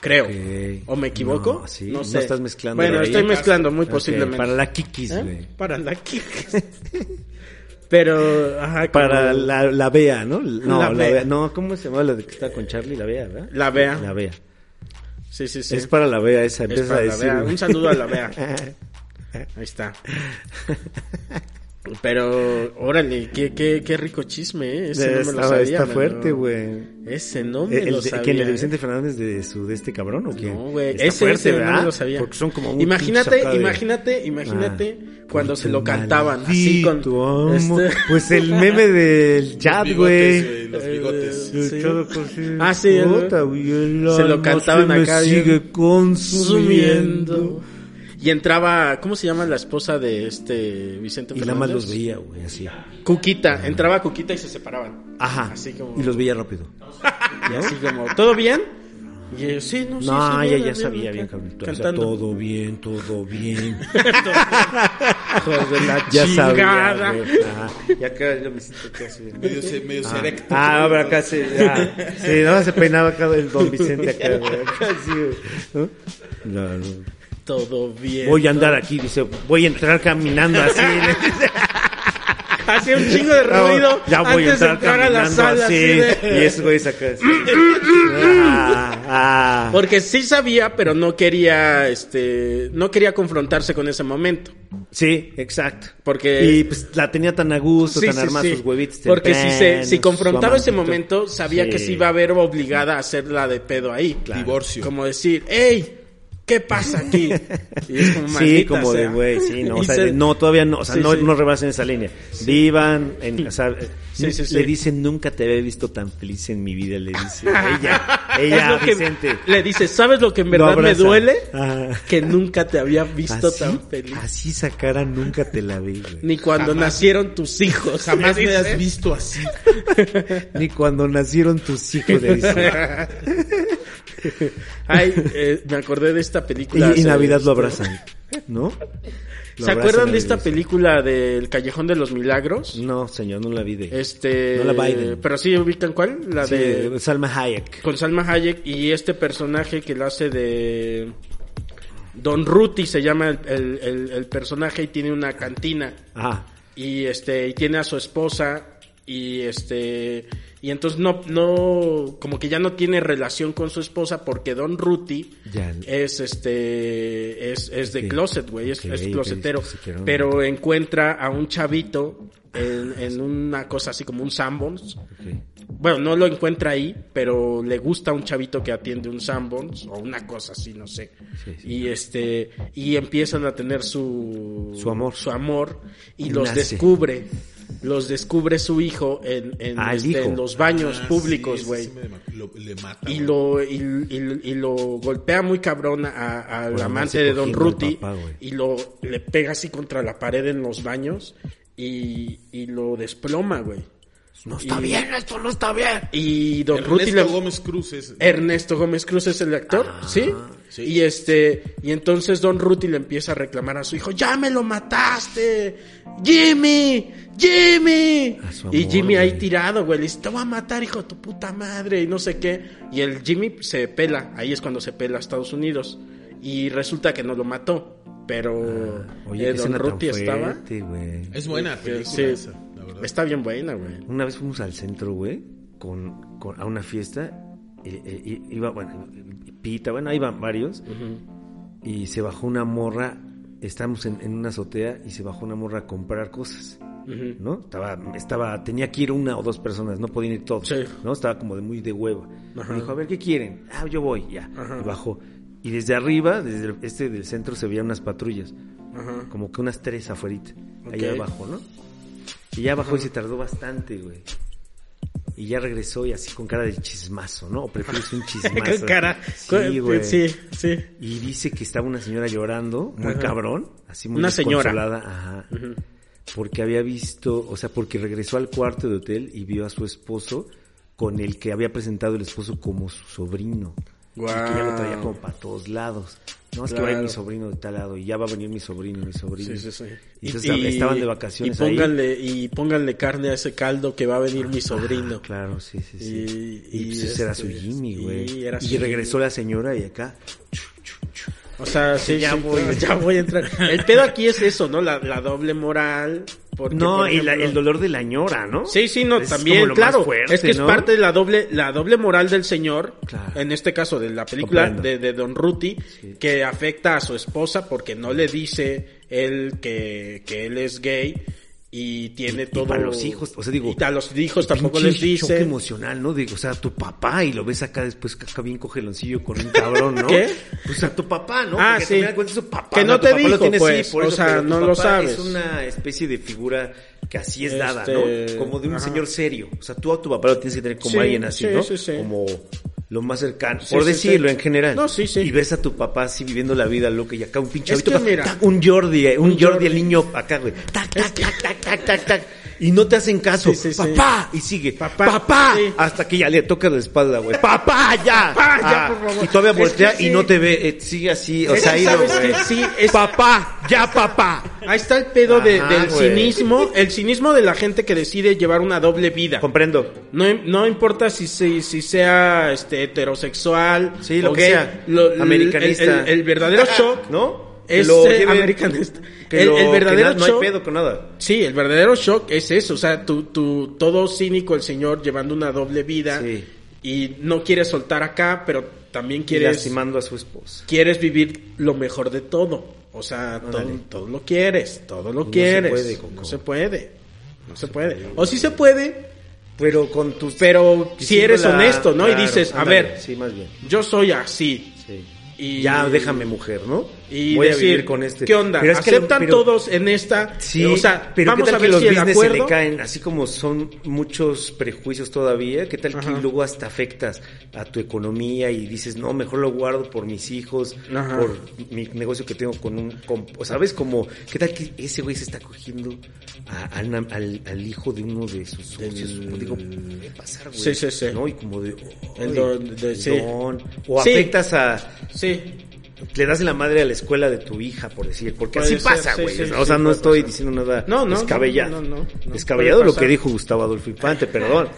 B: Creo.
A: Ok.
B: ¿O me equivoco?
A: No,
B: No,
A: sí, no
B: sé.
A: estás mezclando
B: Bueno,
A: ahí.
B: estoy mezclando muy
A: Ok,
B: posiblemente.
A: Para la Kikis,
B: ¿Eh?
A: güey.
B: Para la Kikis. Pero, ajá.
A: Para
B: como-
A: la, la Bea, ¿no? No, la,
B: La Bea.
A: Bea. No, ¿cómo se llama la de que está con Charlie? La Bea, ¿verdad?
B: La Bea.
A: La Bea.
B: Sí, sí, sí.
A: Es para la Bea esa,
B: Es
A: empieza
B: para
A: a
B: la
A: decir.
B: Bea.
A: güey.
B: Un saludo a la Bea. Ahí está. Pero, órale, qué, qué, qué rico chisme, ¿eh? Ese no me lo
A: Está-
B: sabía.
A: está
B: mano.
A: fuerte, güey.
B: Ese no me
A: El,
B: lo
A: de-
B: sabía.
A: ¿Quién el de
B: ¿eh?
A: Vicente Fernández de su de este cabrón o quién?
B: No, güey.
A: Está
B: Ese,
A: fuerte,
B: ese no
A: ¿verdad?
B: me lo sabía.
A: Porque son como un pinche acá
B: imagínate,
A: de-
B: imagínate, imagínate
A: Ah.
B: cuando
A: Por
B: se
A: tu
B: lo cantaban así
A: maldito
B: con
A: amor.
B: este-
A: Pues el meme del chat,
C: bigotes,
A: güey.
C: Los bigotes.
B: Eh, sí.
A: Todo con su-
B: Ah, sí, ¿no?
A: Puta, güey, el
B: Se lo
A: alma
B: cantaban
A: se me
B: acá bien-
A: sigue consumiendo.
B: Subiendo. Y entraba, ¿cómo se llama la esposa de este Vicente
A: Y
B: Fernández?
A: nada más los veía, güey, así.
B: Cuquita, entraba Cuquita y se separaban.
A: Ajá.
B: Así como-
A: Y los veía rápido.
B: Y así como, ¿todo bien? Y yo, sí, no, Pues sí,
A: No,
B: sí,
A: ya,
B: bien,
A: ya sabía bien,
B: acá,
A: cabrón. O sea,
B: Cantando.
A: todo bien, todo bien.
B: Hijos de la
A: ya
B: chingada.
A: sabía. güey. Ajá. Y acá yo me siento que así.
C: Medio, se- medio serecto.
A: Ah, pero acá se. ah, sí, no, se peinaba acá el don Vicente acá, güey. Acá sí, güey, ¿no? No, no.
B: Todo bien.
A: Voy a andar aquí, dice, voy a entrar caminando así. Ah,
B: Hacía un chingo de ruido.
A: ya voy a
B: antes de
A: entrar
B: entrar a
A: caminando
B: la sala.
A: así.
B: así de-
A: Y eso, güey, acá. así. Ah, ah.
B: Porque sí sabía, pero no quería, este, no quería confrontarse con ese momento.
A: Sí, exacto.
B: Porque-
A: Y pues la tenía tan a gusto,
B: Sí,
A: tan
B: sí,
A: armada,
B: sí.
A: sus huevitos.
B: Porque si se,
A: tempranos,
B: si confrontaba
A: su
B: ese
A: amantito.
B: momento, sabía que se iba a ver obligada a hacerla de pedo ahí.
C: Divorcio.
B: Como decir, hey, ¿qué pasa aquí? Y es como,
A: Sí,
B: "Maldita
A: como de
B: sea".
A: güey, sí, no, o
B: Y
A: sea,
B: se-
A: de- no, todavía no, o sea,
B: Sí,
A: no,
B: sí.
A: no rebasen esa línea. Vivan, en, o sea, eh,
B: Sí, sí, sí.
A: le dicen, nunca te había visto tan feliz en mi vida, le dice ella,
B: Es
A: ella,
B: lo que
A: Vicente.
B: le dice, ¿sabes lo que en
A: Lo
B: verdad me
A: abraza.
B: duele?
A: Ajá.
B: Que nunca te había visto
A: así,
B: tan feliz.
A: así esa cara nunca te la vi, güey.
B: Ni cuando nacieron tus hijos.
C: Jamás
B: le
C: me
B: dice.
C: has visto así.
A: Ni cuando nacieron tus hijos, le dice.
B: Ay, eh, me acordé de esta
A: Y,
B: película.
A: y
B: hace-
A: Navidad lo abrazan, ¿no? Lo
B: ¿Se
A: abrazan
B: acuerdan
A: en
B: de esta
A: Navidad.
B: película del Callejón de los Milagros?
A: No, señor, no la vi de.
B: Este.
A: No la Biden.
B: Pero sí ubican cuál? La
A: Sí,
B: de.
A: Salma Hayek.
B: Con Salma Hayek y este personaje que la hace de. Don Ruti se llama el, el- el- el personaje y tiene una cantina.
A: Ajá.
B: Y este. Y tiene a su esposa. Y este. Y entonces no, no, como que ya no tiene relación con su esposa porque Don Ruti
A: Ya.
B: es este, es, es de
A: Ok.
B: closet, güey, es,
A: Ok,
B: es
A: ok,
B: closetero.
A: closetero.
B: Pero encuentra a un chavito en, en una cosa así como un Sanborns,
A: Ok.
B: bueno, no lo encuentra ahí, pero le gusta un chavito que atiende un Sanborns o una cosa así, no sé.
A: Sí, sí.
B: Y este y empiezan a tener su
A: Su amor.
B: su amor y
A: Y
B: los
A: nace.
B: descubre los descubre su hijo en, en,
A: Ah, el
B: este,
A: hijo.
B: en los baños
C: Ah,
B: públicos,
C: sí,
B: güey.
C: ese sí me ma- lo- le mata.
B: y
C: güey.
B: lo y, y- y lo golpea muy cabrón a- a- al
A: Por andarse
B: amante de Don
A: cogiendo al
B: Ruti
A: papá, güey.
B: y lo le pega así contra la pared en los baños y, y lo desploma, güey.
A: No
B: está bien,
A: esto no está bien.
B: Y Eh. Don
C: Ernesto
B: Ruti le
C: Gómez Cruz es.
B: Ernesto Gómez Cruz es el actor,
A: Ah,
B: ¿sí?
C: sí.
B: Y este, y entonces Don Ruti le empieza a reclamar a su hijo, ya me lo mataste, Jimmy, Jimmy.
A: A su
B: y
A: amor,
B: Jimmy ahí
A: güey.
B: tirado, güey, le dice, te voy a matar, hijo de tu puta madre, y no sé qué. Y el Jimmy se pela, ahí es cuando se pela a Estados Unidos. Y resulta que no lo mató, pero
A: Ah, Oye,
B: eh,
A: qué
B: Don
A: escena tan
B: Ruti estaba...
A: fuerte, güey.
C: es buena película
B: Sí,
C: esa, la verdad.
B: está bien buena, güey.
A: Una vez fuimos al centro, güey, con, con- a una fiesta. eh, eh, i- iba, bueno, Pita, bueno, ahí van varios. Y se bajó una morra. Estábamos en, en una azotea y se bajó una morra a comprar cosas,
B: Ujú.
A: ¿no? Estaba, estaba, tenía que ir una o dos personas, no podían ir todos,
B: Sí.
A: ¿no? Estaba como de muy de hueva. Y
B: Ajá.
A: dijo, a ver, ¿qué quieren? Ah, yo voy, ya.
B: Ajá.
A: Y bajó. Y desde arriba, desde el- este del centro, se veían unas patrullas.
B: Ajá.
A: como que unas tres afuerita, allá
B: Ok.
A: abajo, ¿no? Y ya bajó y se tardó bastante, güey. Y ya regresó y así con cara de chismazo, ¿no? O prefieres un chismazo.
B: Con cara,
A: Sí, güey.
B: sí, sí.
A: Y dice que estaba una señora llorando, muy
B: Ajá.
A: cabrón, así muy
B: Una señora.
A: desconsolada, ajá. Porque había visto, o sea, porque regresó al cuarto de hotel y vio a su esposo con el que había presentado el esposo como su sobrino. Y que ya lo traía
B: Guau.
A: como para todos lados. No, es que va a ir
B: Claro.
A: mi sobrino de tal lado y ya va a venir mi sobrino, mi sobrino.
B: Sí, sí, sí.
A: Y entonces estaban de vacaciones
B: y
A: ahí.
B: pónganle, Y pónganle carne a ese caldo que va a venir mi sobrino.
A: Ah, claro, sí, sí, sí.
B: Y-
A: Y,
B: y
A: pues, ese era su
B: este,
A: Jimmy,
B: y
A: güey.
B: era su
A: Y, regresó la señora y acá. chu, chu, chu.
B: O sea, sí, ya, voy, ya voy a entrar. El pedo aquí es eso, ¿no? La, la doble moral. porque,
A: No,
B: por
A: y la-
B: ejemplo-
A: el dolor de la ñora, ¿no?
B: Sí, sí, no,
A: Es como
B: también,
A: lo
B: claro.
A: más fuerte,
B: es que es
A: ¿no?
B: parte de la doble, la doble moral del señor,
A: Claro.
B: en este caso de la película
A: Comprendo.
B: de, de Don Ruti, que afecta a su esposa porque no le dice él que, que él es gay y tiene
A: Y- y
B: todo.
A: para los hijos, o sea, digo,
B: Y a los hijos Pues tampoco
A: Pinche
B: les
A: choque
B: dice.
A: emocional, ¿no? Digo, o sea, tu papá y lo ves acá después que acá bien cogeloncillo con un cabrón, ¿no?
B: ¿Qué?
A: Pues a tu papá, ¿no?
B: Ah,
A: Porque
B: sí.
A: al final de cuentas es su papá,
B: Que no
A: Tu
B: te
A: papá lo
B: dijo,
A: tiene así,
B: pues,
A: por
B: o
A: eso,
B: sea,
A: pero tu
B: no lo
A: papá
B: sabes.
A: Es una especie de figura que así es dada,
B: Este,
A: ¿no? Como de un
B: ajá.
A: señor serio. O sea, tú a tu papá lo tienes que tener como
B: Sí,
A: alguien así,
B: sí,
A: ¿no?
B: sí, sí.
A: Como lo más cercano,
B: Sí,
A: por
B: sí,
A: decirlo
B: sí.
A: en general.
B: No, sí, sí.
A: Y ves a tu papá así viviendo la vida loca y acá un pinche
B: Es
A: chavito
B: que
A: acá,
B: mira.
A: tac, un Jordi, eh, un,
B: Un
A: Jordi, el
B: Jordi.
A: niño acá, güey. Tac, tac, tac, tac, tac, tac, tac. Y no te hacen caso.
B: Sí, sí, sí.
A: papá. Y sigue.
B: Papá,
A: Papá.
B: sí.
A: Hasta que ya le toca la espalda, güey. Papá, ya. Ah,
B: Papá, ya, por favor.
A: Y todavía
B: Es que
A: voltea
B: sí.
A: y no te ve. eh, sigue así. O
B: Es
A: sea,
B: que
A: ido,
B: sabes
A: güey.
B: que sí, es-
A: Papá, ya, papá.
B: Ahí está el pedo de-
A: Ajá,
B: del
A: güey.
B: cinismo, el cinismo de la gente que decide llevar una doble vida.
A: Comprendo.
B: No, im- no importa si, si, si sea este heterosexual,
A: Sí, lo
B: o
A: que
B: gay,
A: sea.
B: lo-
A: Americanista. Ah,
B: El, el- el verdadero shock,
A: ¿No?
B: Es
A: Que
B: ser
A: lleven-
B: americanista.
A: que
B: El-
A: lo-
B: el
A: que
B: verdadero
A: na- No
B: shock-
A: hay pedo con nada.
B: Sí, el verdadero shock es eso, o sea, tu, tu, todo cínico el señor llevando una doble vida
A: Sí.
B: y no quiere soltar acá, pero también
A: Y
B: quieres,
A: Lastimando a su esposa.
B: quieres vivir lo mejor de todo. O sea, todo,
A: Ándale.
B: todo lo quieres, todo lo
A: No se
B: quieres.
A: puede, Coco.
B: no se puede, no se puede. O sí se puede,
A: Pero con tus.
B: pero si
A: diciéndola-
B: eres honesto, ¿no? y
A: Claro,
B: dices, a
A: ándale,
B: ver,
A: Sí, más bien.
B: yo soy así.
A: Sí.
B: Y-
A: ya déjame mujer, ¿no?
B: Y
A: Voy
B: decir,
A: a vivir con este.
B: ¿Qué onda?
A: Pero es que lo-
B: ¿Aceptan
A: pero-
B: todos en esta?
A: Sí,
B: o sea,
A: pero
B: vamos
A: ¿qué tal
B: a ver
A: que los
B: si el
A: business se
B: acuerdo...
A: le caen? Así como son muchos prejuicios todavía, ¿qué tal
B: Ajá.
A: que luego hasta afectas a tu economía y dices, no, mejor lo guardo por mis hijos,
B: Ajá.
A: por mi negocio que tengo con un... con- o ¿Sabes? Como, ¿qué tal que ese güey se está cogiendo a- a una- al, al hijo de uno de sus socios? Digo, puede pasar, güey.
B: Sí, sí, sí.
A: ¿No? Y como de...
B: El
A: "Ay,
B: don- de-
A: el
B: sí.
A: don". O
B: Sí.
A: afectas a
B: Sí,
A: le das en la madre a la escuela de tu hija, por decir, porque
B: Puede
A: así
B: ser,
A: pasa,
B: sí,
A: güey.
B: sí,
A: o
B: sí,
A: sea, no
B: puede
A: estoy
B: pasar.
A: diciendo nada
B: No, no,
A: descabellado.
B: no, no, no, no.
A: descabellado
B: Puede
A: lo
B: pasar.
A: que dijo Gustavo Adolfo Infante, perdón.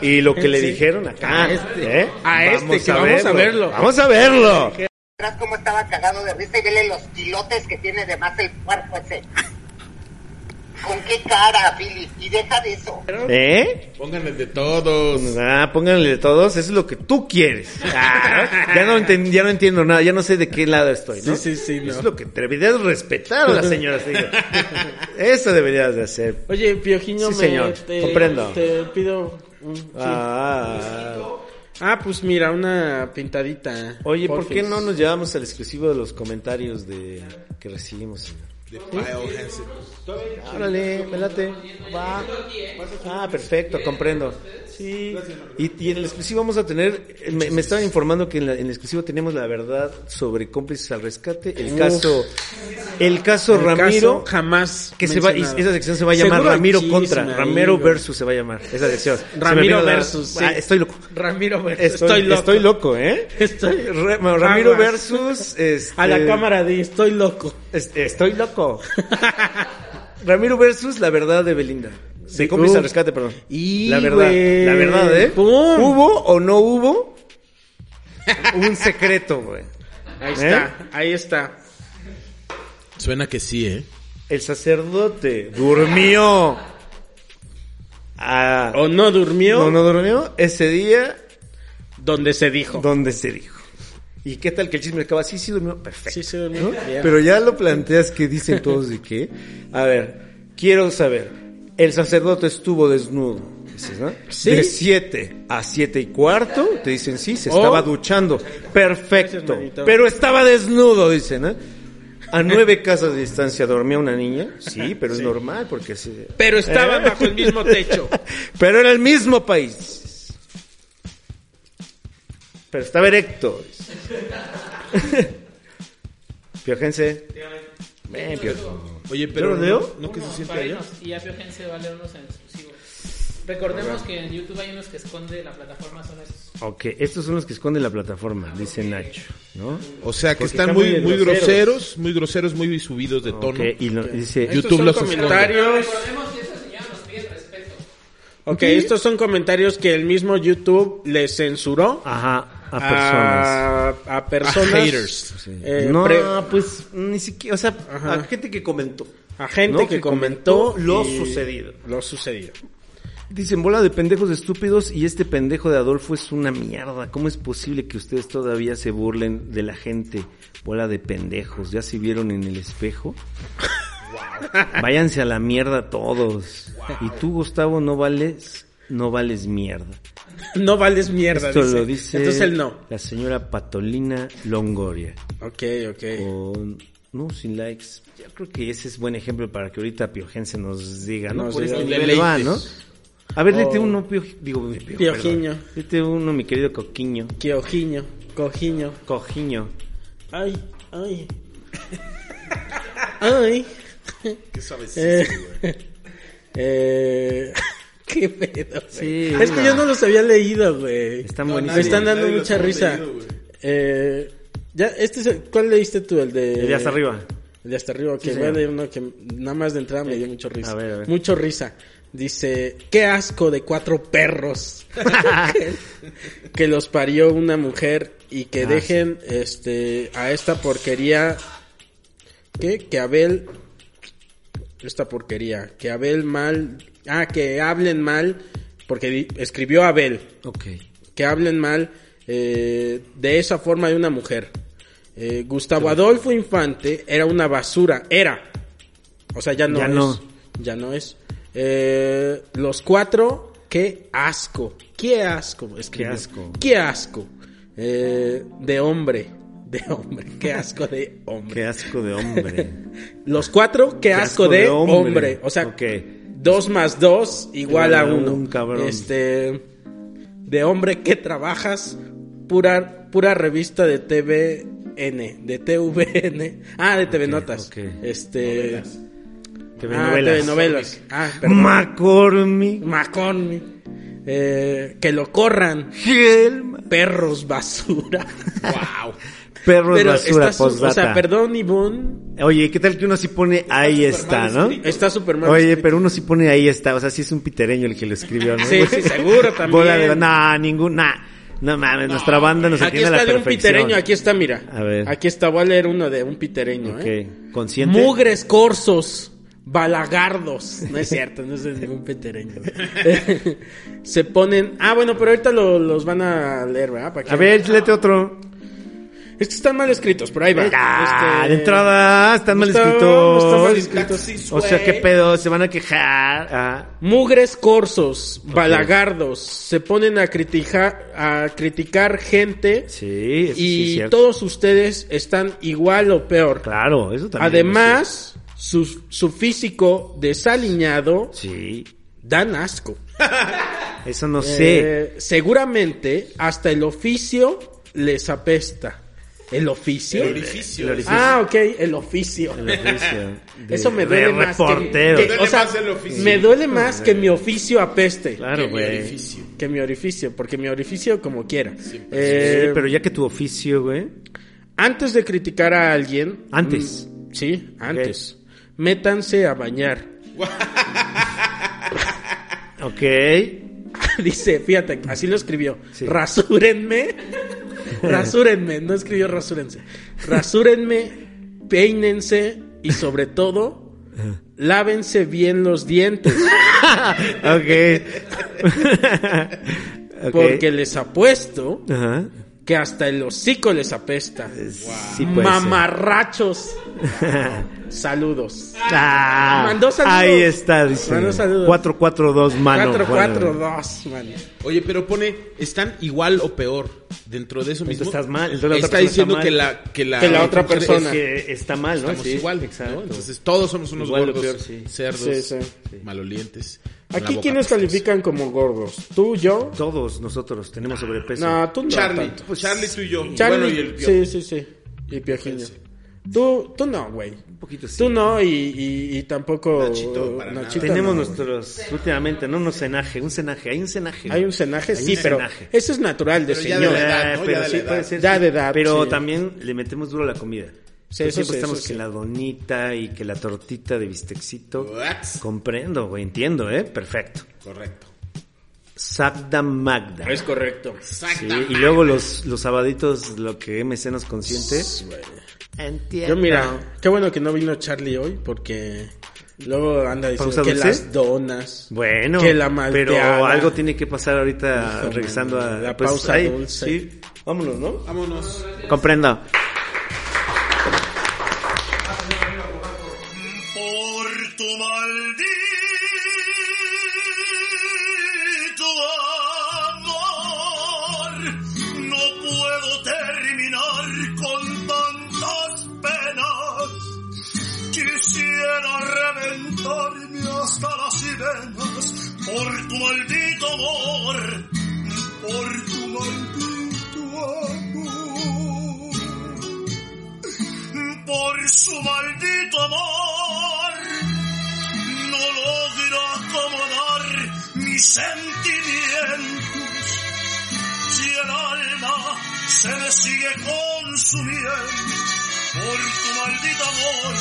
A: Y lo que le
B: Sí.
A: dijeron acá.
B: A este.
A: ¿eh?
B: A este, que vamos a verlo.
A: Vamos a verlo.
D: Verás cómo estaba cagado de risa y vele los kilotes que tiene de más el cuerpo ese. ¿Con qué cara, Billy? Y deja de eso.
A: ¿Eh?
C: Pónganle de todos.
A: Ah, pónganle todos, eso es lo que tú quieres. Ah, ya, no enten- ya no entiendo nada, ya no sé de qué lado estoy, ¿no?
B: Sí, sí, sí, no.
A: Eso es lo que deberías respetar a las señoras. digo. Eso deberías de hacer.
B: Oye, Piojiño,
A: Sí,
B: me,
A: señor,
B: te,
A: comprendo.
B: te pido... un- sí. ah.
A: Ah.
B: pues mira, una pintadita.
A: Oye, ¿por
B: Porfis.
A: qué no nos llevamos al exclusivo de los comentarios de que recibimos? señor?
C: de Pyle Hansen.
A: Órale, me late. Va. Ah, perfecto, comprendo. Sí. Y, y en el exclusivo vamos a tener. eh, Me, me estaban informando que en, la- en el exclusivo tenemos la verdad sobre cómplices al rescate. El
B: Uf.
A: caso. El caso
B: El
A: Ramiro.
B: caso jamás.
A: que se va, y
B: mencionado.
A: esa sección se va a llamar
B: Seguro hay
A: Ramiro
B: chisme
A: contra.
B: ahí,
A: Ramiro
B: güey.
A: versus se va a llamar. Esa sección. Se me
B: Ramiro
A: vino la-
B: versus. sí.
A: Ah, estoy loco.
B: Ramiro versus.
A: Estoy,
B: Estoy loco.
A: estoy loco, ¿eh?
B: Estoy-
A: Re- Ramiro
B: Aguas.
A: versus. este,
B: A la cámara de estoy loco.
A: Este, estoy loco. Ramiro versus la verdad de Belinda. De
B: Sí,
A: cómplice
B: uh.
A: al rescate, perdón.
B: Y,
A: la verdad,
B: güey.
A: la verdad, ¿eh?
B: Pum.
A: ¿Hubo o no hubo un secreto, güey?
B: Ahí
A: ¿Eh?
B: está, ahí está.
C: Suena que sí, ¿eh?
A: El sacerdote durmió. Ah,
B: O no durmió
A: no, no durmió ese día
B: donde se dijo.
A: donde se dijo. ¿Y qué tal que el chisme acaba? Sí, sí durmió. Perfecto.
B: Sí, se durmió.
A: ¿no?
B: Bien.
A: Pero ya lo planteas que dicen todos de qué. A ver, quiero saber. El sacerdote estuvo desnudo. dices, ¿no?
B: Sí.
A: De 7 a 7 y cuarto, te dicen sí, se
B: Oh.
A: estaba duchando.
B: Gracias,
A: Perfecto.
B: manito.
A: Pero estaba desnudo, dicen. ¿eh? ¿no? A nueve casas de distancia dormía una niña. Sí, pero es normal porque se...
B: Pero estaban bajo el mismo techo.
A: Pero era el mismo país. Pero estaba erecto. Piojense. Ven, Piojo.
C: Oye, pero.
A: ¿Yo lo leo?
C: ¿No que se siente
I: Para
C: allá?
I: irnos, y ya Piojen se va a leer unos en exclusivo. Recordemos que en YouTube hay unos que esconde la plataforma, son esos.
A: Ok, estos son los que esconden la plataforma, dice Nacho, ¿no?
C: O sea, que
A: Porque
C: están
A: están muy
C: muy, muy
A: groseros.
C: groseros, muy groseros, muy subidos de tono.
A: Ok, y lo- dice...
C: Yo-
B: Estos
C: YouTube
B: son
C: los esconde.
B: comentarios.
I: Recordemos que esa señora nos pide respeto.
B: Ok, estos son comentarios que el mismo YouTube le censuró
A: Ajá, a personas.
B: a, a personas.
C: A haters.
A: Sí.
B: Ah, eh,
A: no,
B: pre-
A: pues ni siquiera, o sea,
B: Ajá.
A: a gente que comentó.
B: a gente
A: ¿no?
B: que comentó
A: lo
B: y-
A: sucedido.
B: Lo sucedido.
A: Dicen bola de pendejos estúpidos y este pendejo de Adolfo es una mierda. ¿Cómo es posible que ustedes todavía se burlen de la gente? Bola de pendejos, ¿ya se vieron en el espejo? Váyanse a la mierda todos. Y tú, Gustavo, no vales, no vales mierda.
B: No vales mierda.
A: Esto
B: dice.
A: lo dice
B: Entonces él no.
A: la señora Patolina Longoria.
B: Ok, ok.
A: Con- no, sin likes. Yo creo que ese es buen ejemplo para que ahorita Piojense nos diga, ¿no?
B: Nos
A: Por
B: diga,
A: este
C: le
A: nivel va,
C: leites.
A: ¿no? A ver,
B: Oh.
A: léete uno, Pio, digo, Pio,
B: Piojiño.
A: perdón. Léete uno, mi querido Coquiño.
B: Que ojiño, cojiño.
A: Cojiño.
B: Ay, ay. ay.
C: Qué suavecito,
B: Eh,
C: güey.
B: eh, qué pedo. güey. Ah,
A: Sí,
B: es que
A: no.
B: yo no los había leído, güey.
A: Están
C: No,
A: buenísimos.
B: Me están dando
C: Nadie los
B: mucha
C: ha
B: risa.
C: leído, güey.
B: eh, ya, este es el- ¿Cuál leíste tú? El de.
A: El de hasta arriba.
B: El de hasta arriba, que
A: señor.
B: uno que nada más de entrada me dio mucho risa.
A: a ver, a ver.
B: Mucho risa. Dice, qué asco de cuatro perros que, que los parió una mujer y que
A: Ah,
B: dejen este a esta porquería que que Abel esta porquería, que Abel mal, ah, que hablen mal porque di- escribió Abel
A: Ok.
B: que hablen mal eh, de esa forma de una mujer. Eh, Gustavo Adolfo Infante era una basura, era. O sea, ya no
A: Ya
B: es.
A: no.
B: Ya no es. Eh, los cuatro, qué asco. Qué asco. escribió.
A: Qué asco.
B: Qué asco. Eh, de hombre. De hombre. Qué asco de hombre.
A: Qué asco de hombre.
B: Los cuatro, qué, asco, de, hombre. O sea,
A: Ok.
B: dos más dos igual a
A: Igual a
B: uno.
A: un, cabrón.
B: Este, de hombre que trabajas, pura, pura revista de TVN, de TVN. Ah, de TV Notas.
A: ok.
B: Este,
A: TV
B: ah,
A: novelas.
B: telenovelas. Ah, perdón.
A: McCormick.
B: Macormi. Eh, que lo corran.
A: Helma.
B: Perros basura. wow.
A: Perro de
B: Pero
A: basura
B: está su- o sea,
A: postdata.
B: perdón, Ivonne.
A: Oye, ¿qué tal que uno sí pone ahí está, no?
B: Está súper mal.
A: Oye,
B: escrito.
A: pero uno sí pone ahí está, o sea, sí es un pitereño el que lo escribió, ¿no?
B: Sí, sí, seguro también.
A: Bola de- nah, ninguna. No mames, nuestra banda nos
B: Aquí
A: entiende a
B: está
A: la
B: de un
A: perfección.
B: pitereño, aquí está, mira.
A: A ver.
B: Aquí está, voy a leer uno de un pitereño, ¿eh?
A: Ok, consciente.
B: Mugres corsos, balagardos. No es cierto, no es de ningún pitereño. Se ponen... Ah, bueno, pero ahorita lo- los van a leer, ¿verdad? Para que-
A: A ver, léete otro.
B: Es que están mal escritos, pero ahí va.
A: Ah,
B: Este-
A: de entrada, están
B: No
A: mal
B: está-
A: escritos.
B: no están mal escritos.
A: O sea, qué pedo, se van a quejar. Ah,
B: Mugres corsos, balagardos, se ponen a criticar, a criticar gente
A: sí, eso sí es
B: y
A: cierto.
B: todos ustedes están igual o peor.
A: Claro, eso también.
B: Además, Su, su físico desaliñado
A: Sí.
B: dan asco.
A: Eso no sé.
B: Eh, seguramente hasta el oficio les apesta. ¿El oficio?
C: El orificio.
A: El orificio.
B: Ah, ok, el oficio. Eso me duele más que-
A: reportero.
B: que-
C: Duele
B: o sea,
C: más el oficio.
B: me duele más que mi oficio apeste
A: Claro, güey. Sí,
C: Orificio.
B: que mi orificio, porque mi orificio como quiera. Eh,
A: pero ya que tu oficio, güey.
B: Antes de criticar a alguien,
A: Antes.
B: mm, sí, antes, métanse a bañar.
A: Ok.
B: Dice, fíjate, así lo escribió.
A: Sí.
B: Rasúrenme. Rasúrenme, no escribió rasúrense. Rasúrenme, peínense y sobre todo, lávense bien los dientes.
A: ok. Ok.
B: Porque les apuesto
A: Ajá.
B: que hasta el hocico les apesta.
A: Sí puede ser.
B: Mamarrachos. Saludos.
A: Ah,
B: Mandó saludos.
A: Ahí está, dice.
B: Mandó saludos.
A: 442 mano.
B: 442, man.
C: Oye, pero pone, están igual o peor dentro de eso mismo.
A: estás mal, entonces la otra
C: Está
A: persona
C: diciendo
A: está
C: que
A: mal.
C: la, que la,
B: Que la otra
C: mujer
B: persona.
C: es que
A: Que está mal, ¿no?
C: estamos
A: Sí,
C: igual. ¿no?
A: Exacto.
C: Entonces todos somos unos
A: Igual o
C: gordos,
A: peor, sí.
C: cerdos,
B: Sí,
C: malolientes.
B: Aquí
A: pues,
B: quienes califican como gordos. ¿Tú, yo?
A: Todos nosotros tenemos sobrepeso.
B: No, tú no.
C: Charlie, pues
B: tanto.
C: Charlie tú y yo.
B: Charlie,
C: Bueno, y
B: sí,
C: el
B: sí, sí. Y Piojiño. Tú, tú no, güey.
A: poquito sí.
B: Tú no y, y- y tampoco
C: Nachito, para
B: Nachito
A: Tenemos
B: no, güey.
A: nuestros, últimamente, ¿no? Unos cenaje, un cenaje, hay un cenaje.
B: Hay
A: güey.
B: un cenaje,
A: Hay
B: sí,
A: un
B: pero
A: cenaje.
B: eso es natural de
C: Pero ya de
B: señor.
C: la edad,
A: Ah,
C: ¿no?
A: pero
C: Ya de
A: sí
C: la
A: puede
C: edad.
A: ser,
B: Ya
A: sí.
B: de edad,
A: Pero
B: sí.
A: también le metemos duro a la comida.
B: Sí,
A: Entonces,
B: eso
A: siempre
B: sí,
A: estamos
B: eso
A: que
B: sí.
A: la donita y que la tortita de bistecito.
C: What?
A: Comprendo, güey, entiendo, ¿eh? Perfecto.
C: Correcto.
A: Sagda Magda.
B: Es correcto.
A: Sí,
C: Exacto.
A: y luego los, los sabaditos, lo que MC nos consiente.
B: Yo
A: Entiendo.
B: mira, qué bueno que no vino Charlie hoy porque luego anda diciendo
A: ¿Pausa
B: que
A: dulce?
B: las donas.
A: Bueno,
B: que la
A: pero
B: malteada.
A: algo tiene que pasar ahorita
B: Hijo,
A: regresando a pues,
B: la pausa dulce.
A: sí. Vámonos, ¿no?
C: Vámonos.
A: Comprendo.
E: Por tu maldito amor, no puedo terminar con tantas penas. Quisiera reventarme hasta las venas por tu maldito amor, por tu maldito amor por su maldito amor. No logro acomodar mis sentimientos si el alma se me sigue consumiendo por tu maldito amor,